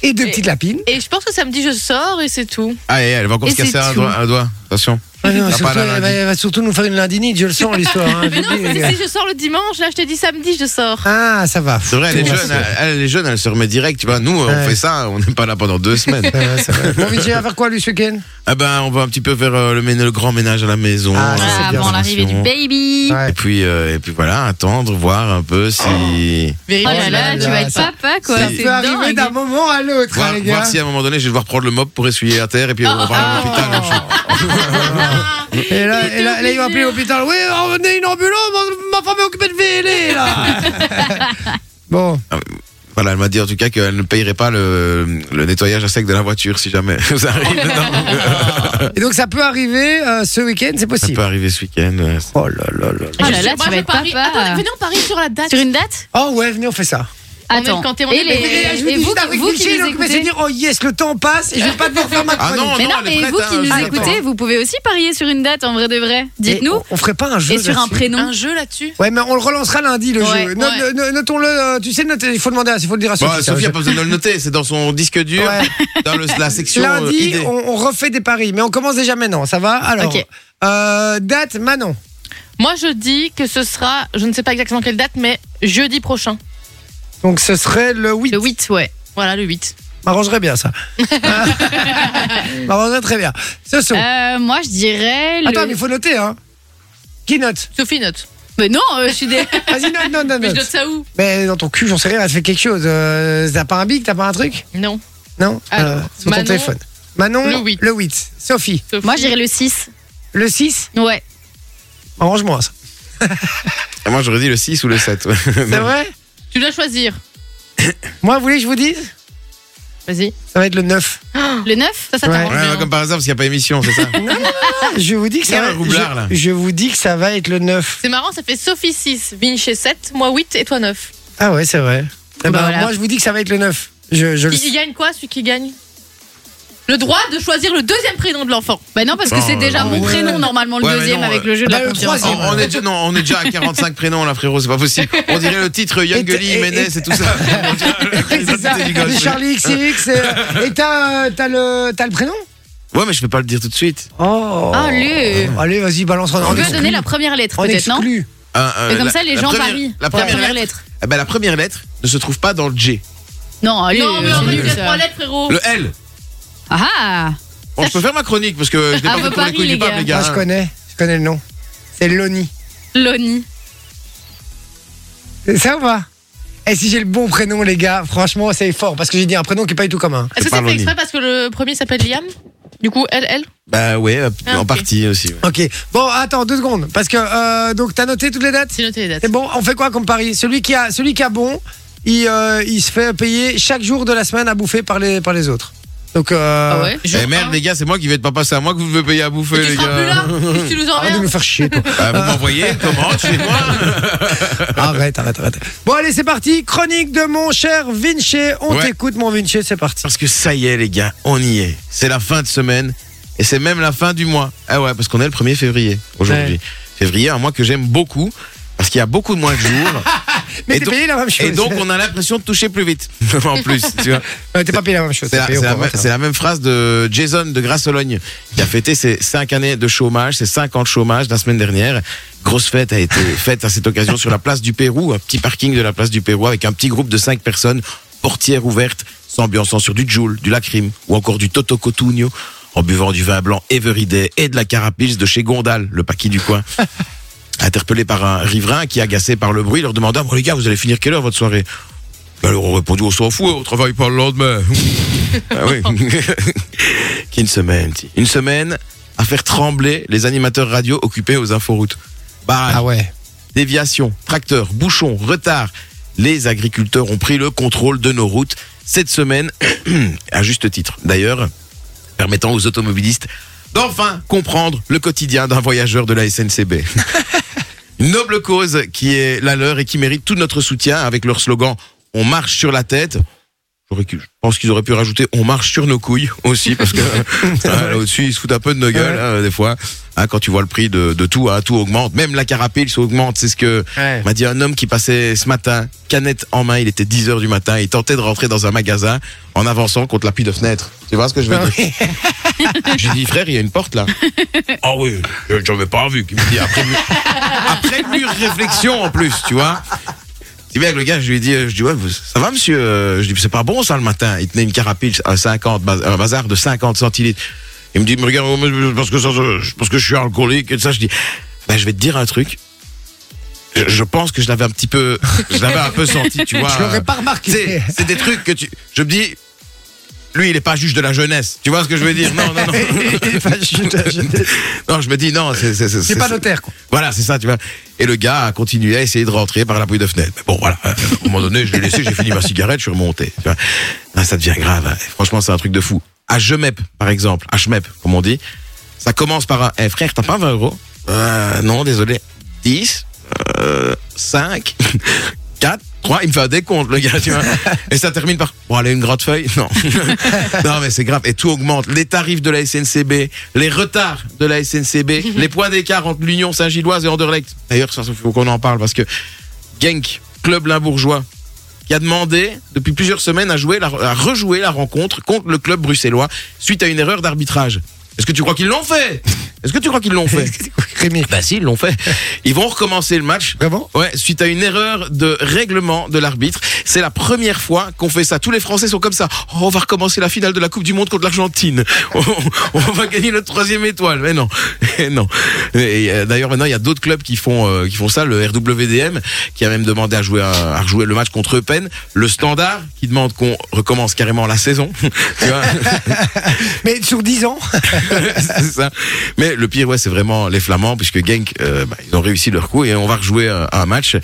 Speaker 2: Et deux petites lapines.
Speaker 5: Et je pense que samedi je sors et c'est tout.
Speaker 4: Allez, Ah, elle va encore
Speaker 3: Et
Speaker 4: se casser
Speaker 3: c'est
Speaker 4: un
Speaker 3: tout.
Speaker 4: doigt, un doigt. Attention.
Speaker 2: Ah non,
Speaker 4: Ah, pas
Speaker 2: surtout,
Speaker 4: la
Speaker 2: elle va-
Speaker 4: lundi.
Speaker 2: elle va surtout nous faire une lindinite, je le sens l'histoire. hein, je
Speaker 5: Mais
Speaker 2: vous
Speaker 5: non,
Speaker 2: le dis, les
Speaker 5: mais
Speaker 2: gars.
Speaker 5: si je sors le dimanche, là je te dis samedi je sors.
Speaker 2: Ah, ça va.
Speaker 4: C'est vrai, elle est
Speaker 2: Tout va
Speaker 4: jeune, hein.
Speaker 2: bien.
Speaker 4: elle, elle est jeune, elle se remet direct, tu vois. Nous, on
Speaker 2: Ouais.
Speaker 4: fait ça, on n'est pas là pendant deux semaines.
Speaker 2: Ça va, ça va. Bon, Vijay, à faire quoi lui ce week-end
Speaker 4: ah ben, on va un petit peu faire euh, le, mén- le grand ménage à la maison. hein,
Speaker 2: Ah, ça, c'est
Speaker 3: Voilà,
Speaker 2: bien,
Speaker 3: avant l'arrivée du baby.
Speaker 2: Ouais.
Speaker 4: Et puis, euh, et puis voilà, attendre, voir un peu si.
Speaker 3: Oh là là,
Speaker 2: Ouais,
Speaker 3: tu
Speaker 2: Ah, là,
Speaker 3: vas être
Speaker 2: ça-
Speaker 3: papa, quoi.
Speaker 2: Ça
Speaker 3: C'est
Speaker 2: peut arriver
Speaker 3: dingue.
Speaker 2: d'un moment à l'autre, hein,
Speaker 4: Voir,
Speaker 2: les
Speaker 4: voir
Speaker 2: gars.
Speaker 4: si à un moment donné, je vais devoir prendre le mop pour essuyer la terre et
Speaker 3: Oh,
Speaker 4: puis euh, on va
Speaker 2: Ah.
Speaker 4: voir l'hôpital. hein, je suis-
Speaker 2: Et là, et là, là, ils vont appeler l'hôpital. Oui, revenez une ambulance, ma ma femme est occupée de véler, là. bon,
Speaker 4: Voilà, elle m'a dit en tout cas qu'elle ne payerait pas le, le nettoyage à sec de la voiture si jamais ça
Speaker 3: Oh,
Speaker 4: arrive. Non,
Speaker 2: et donc ça peut arriver euh, ce week-end, c'est
Speaker 4: Euh. ça
Speaker 2: possible.
Speaker 4: peut arriver ce week-end. euh, c'est-
Speaker 2: Oh là là là.
Speaker 3: Oh
Speaker 5: Je
Speaker 3: là
Speaker 5: suis-
Speaker 3: là, tu
Speaker 5: moi, je
Speaker 3: vas être
Speaker 5: parie-
Speaker 3: papa.
Speaker 5: Attendez, venez, on parie sur la date.
Speaker 3: Sur une date
Speaker 2: Oh ouais, venez, on fait ça.
Speaker 3: Attends.
Speaker 5: est quand t'es- on
Speaker 3: et
Speaker 5: est
Speaker 3: les-
Speaker 5: bébé,
Speaker 2: Et je vous
Speaker 3: et
Speaker 2: dis
Speaker 3: vous,
Speaker 2: juste avec
Speaker 3: vous qui
Speaker 2: Michel,
Speaker 3: nous
Speaker 2: donc, mais c'est
Speaker 3: écoutez.
Speaker 2: dire, oh yes, le temps passe et je vais pas devoir faire ma
Speaker 4: Ah
Speaker 2: chronique.
Speaker 4: non,
Speaker 3: Mais non,
Speaker 4: elle est
Speaker 3: mais
Speaker 4: prête,
Speaker 3: vous
Speaker 4: hein,
Speaker 3: qui nous
Speaker 4: elle est
Speaker 3: écoutez, vous pouvez aussi parier sur une date en vrai de vrai.
Speaker 2: Et
Speaker 3: Dites-nous.
Speaker 2: on- On ferait pas un jeu.
Speaker 3: Et sur un
Speaker 2: là-dessus
Speaker 3: prénom.
Speaker 5: Un jeu là-dessus
Speaker 2: Ouais, mais on le relancera lundi, le
Speaker 3: Ouais,
Speaker 2: jeu. Note-
Speaker 5: ouais.
Speaker 2: no- Notons-le, euh, tu sais, noter- il faut demander, à- il faut le dire à
Speaker 4: Bon,
Speaker 2: Sophie. ça,
Speaker 4: Bah, Sophie
Speaker 2: je-
Speaker 4: a pas besoin de le noter, c'est dans son disque dur,
Speaker 2: Ouais.
Speaker 4: dans le- la section euh,
Speaker 2: Lundi,
Speaker 4: idées.
Speaker 2: on, on refait des paris, mais on commence déjà maintenant, ça va Alors,
Speaker 3: Ok.
Speaker 2: euh, date, Manon.
Speaker 5: Moi je dis que ce sera, je ne sais pas exactement quelle date, mais jeudi prochain.
Speaker 2: Donc ce serait le 8.
Speaker 5: Le 8, ouais. Voilà, le 8.
Speaker 2: M'arrangerait bien ça. M'arrangerait très bien. Ce sont.
Speaker 5: Ah,
Speaker 3: Euh, moi, je dirais. le-
Speaker 2: Attends, mais il faut noter, hein. Qui note
Speaker 5: Sophie note.
Speaker 3: Mais non, euh, je suis des.
Speaker 2: Vas-y, note, note, note.
Speaker 5: Mais je note
Speaker 2: note.
Speaker 5: ça où
Speaker 2: Mais dans ton cul, j'en sais rien, elle fait quelque chose. Euh, t'as pas un bic, t'as pas un truc
Speaker 5: Non.
Speaker 2: Non Euh,
Speaker 5: Alors,
Speaker 2: Sur ton
Speaker 5: Manon,
Speaker 2: téléphone. Manon,
Speaker 5: le huit.
Speaker 2: Le 8. Sophie,
Speaker 5: Sophie.
Speaker 3: moi, je dirais le 6.
Speaker 2: le 6.
Speaker 3: Ouais.
Speaker 2: Arrange-moi ça.
Speaker 4: Et Moi, j'aurais dit le 6 ou le 7. ouais.
Speaker 2: C'est vrai
Speaker 5: Tu dois choisir.
Speaker 2: Moi, vous voulez que je vous dise
Speaker 5: Vas-y.
Speaker 2: Ça va être le 9.
Speaker 3: Le 9
Speaker 5: Ah. Ça, ça
Speaker 2: Ouais.
Speaker 5: t'arrange
Speaker 4: Ouais,
Speaker 5: bien.
Speaker 4: ouais, comme par hasard, parce qu'il n'y a pas émission, c'est ça
Speaker 2: Je vous dis que
Speaker 4: Il y
Speaker 2: ça
Speaker 4: a
Speaker 2: va
Speaker 4: un roublard, là.
Speaker 2: je, je vous dis que ça va être le 9.
Speaker 5: C'est marrant, ça fait Sophie 6, Vinci 7, moi 8 et toi 9.
Speaker 2: Ah ouais, c'est vrai. Eh
Speaker 5: Bah
Speaker 2: ben,
Speaker 5: voilà.
Speaker 2: Moi, je vous dis que ça va être le 9. Je, je le
Speaker 5: Qui, il gagne quoi, celui qui gagne Le droit de choisir le deuxième prénom de l'enfant.
Speaker 3: Bah non, parce que
Speaker 4: Oh,
Speaker 3: c'est déjà
Speaker 4: ouais.
Speaker 3: mon prénom, normalement, le
Speaker 4: Ouais, mais
Speaker 3: deuxième,
Speaker 4: non,
Speaker 3: avec
Speaker 4: euh,
Speaker 3: le jeu de
Speaker 2: bah,
Speaker 3: la
Speaker 2: le
Speaker 3: confiance.
Speaker 4: on,
Speaker 2: troisième.
Speaker 4: on est déjà, non, on est déjà à 45 prénoms, là, frérot, c'est pas possible. On dirait le titre Young
Speaker 2: Et-
Speaker 4: Gully,
Speaker 2: et-
Speaker 4: Jiménez et tout ça.
Speaker 2: C'est ça,
Speaker 4: L'identité du gosse.
Speaker 2: c'est Charlie XX. euh, Et t'as euh, t'as le, t'as le prénom
Speaker 4: Ouais, mais je peux pas le dire tout de suite.
Speaker 2: Oh.
Speaker 3: Allez.
Speaker 2: Allez, vas-y, balance. On,
Speaker 3: Ah, On
Speaker 2: on
Speaker 3: peut
Speaker 2: exclut.
Speaker 3: donner la première lettre,
Speaker 2: On
Speaker 3: peut-être, non
Speaker 2: exclut.
Speaker 4: Euh, euh,
Speaker 3: Mais comme
Speaker 4: Oh, la-
Speaker 3: ça, les
Speaker 4: la
Speaker 3: gens
Speaker 4: première-
Speaker 3: parient.
Speaker 4: La première, lettre, eh ben, la première lettre ne se trouve pas dans le J.
Speaker 3: Non, allez.
Speaker 5: non, mais
Speaker 3: euh,
Speaker 5: en
Speaker 3: c'est
Speaker 5: fait, il
Speaker 3: nul,
Speaker 5: y a
Speaker 3: ça.
Speaker 5: trois lettres, frérot.
Speaker 4: Le L.
Speaker 3: Ah ah
Speaker 4: Bon, je peux faire ma chronique parce que je l'ai
Speaker 3: Ah,
Speaker 4: pas
Speaker 3: bah,
Speaker 4: fait pour les
Speaker 3: Paris,
Speaker 4: couilles
Speaker 3: les
Speaker 4: du pape,
Speaker 3: gars.
Speaker 4: les gars.
Speaker 2: Moi, Ah, je
Speaker 4: hein.
Speaker 2: connais. Je connais le nom. C'est Lonnie.
Speaker 3: Lonnie.
Speaker 2: C'est ça ou pas Et si j'ai le bon prénom, les gars, franchement, c'est fort. Parce que j'ai dit un prénom qui est pas du tout commun.
Speaker 5: Est-ce que
Speaker 4: pas
Speaker 5: c'est fait
Speaker 4: Lonnie.
Speaker 5: exprès parce que le premier s'appelle Liam Du coup, elle, elle
Speaker 4: Bah ouais, euh,
Speaker 5: Ah,
Speaker 4: en
Speaker 5: ok.
Speaker 4: partie aussi. ouais.
Speaker 2: Ok. Bon, attends, deux secondes. Parce que, euh, donc, t'as noté toutes les dates
Speaker 5: C'est noté les dates.
Speaker 2: C'est bon, on fait quoi comme pari Celui qui a celui qui a bon, il, euh, il se fait payer chaque jour de la semaine à bouffer par les par les autres. Donc euh,
Speaker 5: Ah ouais
Speaker 4: Eh merde, les gars, c'est moi qui vais être papa, c'est à moi que vous devez payer à bouffer,
Speaker 5: Mais
Speaker 4: les
Speaker 5: tu seras plus
Speaker 4: gars.
Speaker 5: là si tu nous
Speaker 2: arrête de
Speaker 5: emmerdes.
Speaker 2: nous faire chier toi.
Speaker 4: Bah, vous m'envoyez une commande chez moi.
Speaker 2: arrête, arrête, arrête. Bon allez, c'est parti, chronique de mon cher Vinci. On
Speaker 4: Ouais.
Speaker 2: t'écoute mon Vinci, c'est parti.
Speaker 4: Parce que ça y est, les gars, on y est. C'est la fin de semaine et c'est même la fin du mois. Ah ouais, parce qu'on est le 1er février aujourd'hui. Février, un mois que j'aime beaucoup parce qu'il y a beaucoup moins de jours.
Speaker 2: Mais
Speaker 4: Et
Speaker 2: t'es
Speaker 4: donc-
Speaker 2: payé la même chose.
Speaker 4: et donc, on a l'impression de toucher plus vite. en plus, tu vois.
Speaker 2: Euh, t'es pas payé la même chose.
Speaker 4: C'est la,
Speaker 2: t'es payé au
Speaker 4: c'est la même-
Speaker 2: prorata.
Speaker 4: c'est la même phrase de Jason de Grasse-Sologne qui a fêté ses 5 années de chômage, ses 5 ans de chômage la semaine dernière. Grosse fête a été faite à cette occasion sur la place du Pérou, un petit parking de la place du Pérou avec un petit groupe de 5 personnes, portière ouverte, s'ambiançant sur du Joule, du Lacrim ou encore du Toto Cotugno en buvant du vin blanc Everyday et de la Carapils de chez Gondal, le paquis du coin. Interpellé par un riverain qui, agacé par le bruit, leur demanda Bon, les gars, vous allez finir quelle heure votre soirée Ben, Alors, on répondit On s'en fout, hein, on travaille pas le lendemain. Ah oui. Qu'une semaine, si. Une semaine à faire trembler les animateurs radio occupés aux inforoutes. Bah,
Speaker 2: Ah ouais.
Speaker 4: déviation, tracteurs, bouchons, retard. Les agriculteurs ont pris le contrôle de nos routes cette semaine, à juste titre d'ailleurs, permettant aux automobilistes d'enfin comprendre le quotidien d'un voyageur de la SNCB. Une noble cause qui est la leur et qui mérite tout notre soutien avec leur slogan On marche sur la tête. J'aurais cru- Je pense qu'ils auraient pu rajouter on marche sur nos couilles aussi parce que euh, là, au-dessus ils se foutent un peu de nos gueules
Speaker 2: Ouais.
Speaker 4: hein, des fois. Hein, quand tu vois le prix de, de tout, hein, tout augmente. Même la carapille ça augmente. C'est ce que
Speaker 2: Ouais.
Speaker 4: m'a dit un homme qui passait ce matin, canette en main. Il était 10 heures du matin. Il tentait de rentrer dans un magasin en avançant contre l'appui de fenêtre. Tu vois ce que je veux dire J'ai dit frère, il y a une porte là. Ah oui, euh, j'en avais pas vu. Qui me dit après, mûre- après mûre réflexion en plus, tu vois. C'est bien que le gars, je lui ai dit, euh, je dis, ouais, vous- ça va, monsieur Euh, Je dis, c'est pas bon, ça, le matin. Il tenait une carapille à 50, baz- un bazar de 50 centilitres. Il me dit, mais regarde, euh, parce que, ça, ça- parce que je suis alcoolique et tout ça. Je dis, ben, je vais te dire un truc. Je, je pense que je l'avais un petit peu, je l'avais un peu senti, tu vois.
Speaker 2: Je l'aurais pas
Speaker 4: C'est
Speaker 2: remarqué.
Speaker 4: c'est des trucs que tu. Je me dis, lui, il est pas juge de la jeunesse. Tu vois ce que je veux dire Non, non, non.
Speaker 2: Il est pas juge de la jeunesse.
Speaker 4: non, je me dis, non, c'est. C'est
Speaker 2: C'est
Speaker 4: c'est-
Speaker 2: pas notaire, quoi.
Speaker 4: Voilà, c'est ça, tu vois. Et le gars a continué à essayer de rentrer par l'appui de fenêtre. Mais bon, voilà. euh, À un moment donné, je l'ai laissé, j'ai fini ma cigarette, je suis remonté. Tu vois. Ah, ça devient grave. hein. Franchement, c'est un truc de fou. À Jemep, par exemple, à Jemep, comme on dit, ça commence par un. Eh, frère, t'as pas 20 euros euh, Non, désolé. 10, euh, 5, 4, 3, il me fait un décompte, le gars, tu vois. Et ça termine par, bon, allez, une grande feuille Non. non, mais c'est grave. Et tout augmente. Les tarifs de la SNCB, les retards de la SNCB, les points d'écart entre l'Union Saint-Gilloise et Anderlecht. D'ailleurs, ça, il faut qu'on en parle parce que Genk, club limbourgeois, qui a demandé depuis plusieurs semaines à, jouer la- à rejouer la rencontre contre le club bruxellois suite à une erreur d'arbitrage. Est-ce que tu crois qu'ils l'ont fait Est-ce que tu crois qu'ils l'ont fait
Speaker 2: Rémi.
Speaker 4: Bah si, ils l'ont fait. Ils vont recommencer le match.
Speaker 2: Vraiment
Speaker 4: Ouais, suite à une erreur de règlement de l'arbitre. C'est la première fois qu'on fait ça. Tous les Français sont comme ça. Oh, on va recommencer la finale de la Coupe du Monde contre l'Argentine. On, on va gagner notre troisième étoile. Mais non, Et non. Et, euh, D'ailleurs, maintenant, il y a d'autres clubs qui font euh, qui font ça. Le RWDM qui a même demandé à jouer à, à rejouer le match contre Eupen. Le Standard qui demande qu'on recommence carrément la saison. Tu vois
Speaker 2: Mais sur 10 ans,
Speaker 4: c'est ça. Mais le pire, ouais, c'est vraiment les Flamands, puisque Genk, euh, bah, ils ont réussi leur coup et on va rejouer euh, un match.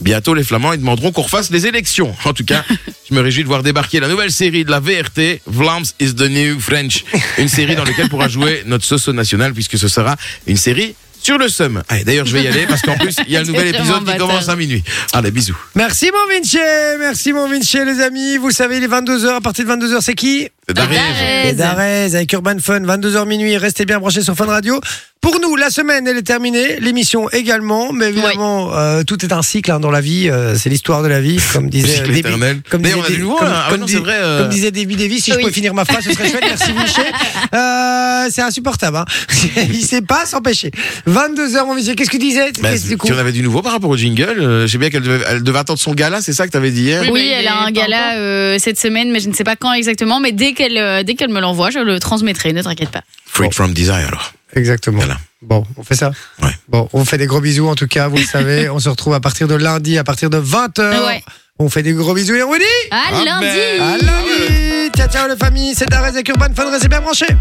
Speaker 4: Bientôt, les Flamands, ils demanderont qu'on refasse les élections. En tout cas, je me réjouis de voir débarquer la nouvelle série de la VRT, Vlaams is the new French. Une série dans laquelle pourra jouer notre soso national, puisque ce sera une série sur le seum. Allez, d'ailleurs, je vais y aller parce qu'en plus, il y a un nouvel
Speaker 5: C'est
Speaker 4: épisode qui
Speaker 5: vraiment
Speaker 4: commence
Speaker 5: bâtard.
Speaker 4: à minuit. Allez, bisous.
Speaker 2: Merci mon Vinci, merci mon Vinci les amis, vous savez il est 22h, à partir de 22h c'est qui
Speaker 3: Darez.
Speaker 2: Les Darez avec Urban Fun, 22h minuit, restez bien branchés sur Fun Radio. Pour nous, la semaine elle est terminée, l'émission également, mais évidemment euh, tout est un cycle hein, dans la vie, euh, c'est l'histoire de la vie, comme disait
Speaker 4: cycle
Speaker 2: Davy-
Speaker 4: éternel.
Speaker 2: Comme
Speaker 4: Mais
Speaker 2: disait,
Speaker 4: on a du
Speaker 2: Davy-
Speaker 4: nouveau,
Speaker 2: comme,
Speaker 4: là. Ah
Speaker 2: comme
Speaker 4: non,
Speaker 2: dis-
Speaker 4: c'est vrai, euh.
Speaker 2: comme disait Davy Davis, si je
Speaker 3: Oui.
Speaker 2: pouvais finir ma phrase, ce serait chouette, merci Vinci. Euh, c'est insupportable, hein. il sait pas s'empêcher. 22h mon Vinci, qu'est-ce que tu disais
Speaker 4: Bah,
Speaker 2: Qu'est-ce
Speaker 4: si
Speaker 2: que tu-
Speaker 4: on avait du nouveau par rapport au jingle, euh, je sais bien qu'elle devait, elle devait attendre son gala, c'est ça que t'avais dit hier
Speaker 5: Oui,
Speaker 3: Oui,
Speaker 5: mais
Speaker 3: elle
Speaker 5: il
Speaker 3: a
Speaker 5: est
Speaker 3: un
Speaker 5: pas
Speaker 3: gala euh, cette semaine, mais je ne sais pas quand exactement. Mais dès qu'elle euh, dès qu'elle me l'envoie, je le transmettrai. Ne t'inquiète pas.
Speaker 4: Freak from Desire, alors.
Speaker 2: Exactement.
Speaker 4: Voilà.
Speaker 2: Bon, on fait ça
Speaker 4: Ouais.
Speaker 2: Bon, on fait des gros bisous en tout cas, vous le savez. on se retrouve à partir de lundi, à partir de 20h.
Speaker 3: Ouais.
Speaker 2: On fait des gros bisous et on vous dit
Speaker 3: À
Speaker 4: Ah
Speaker 3: lundi.
Speaker 4: ben,
Speaker 2: à lundi Ciao, ciao les familles, c'est Darès avec Urban Fun, restez bien branchés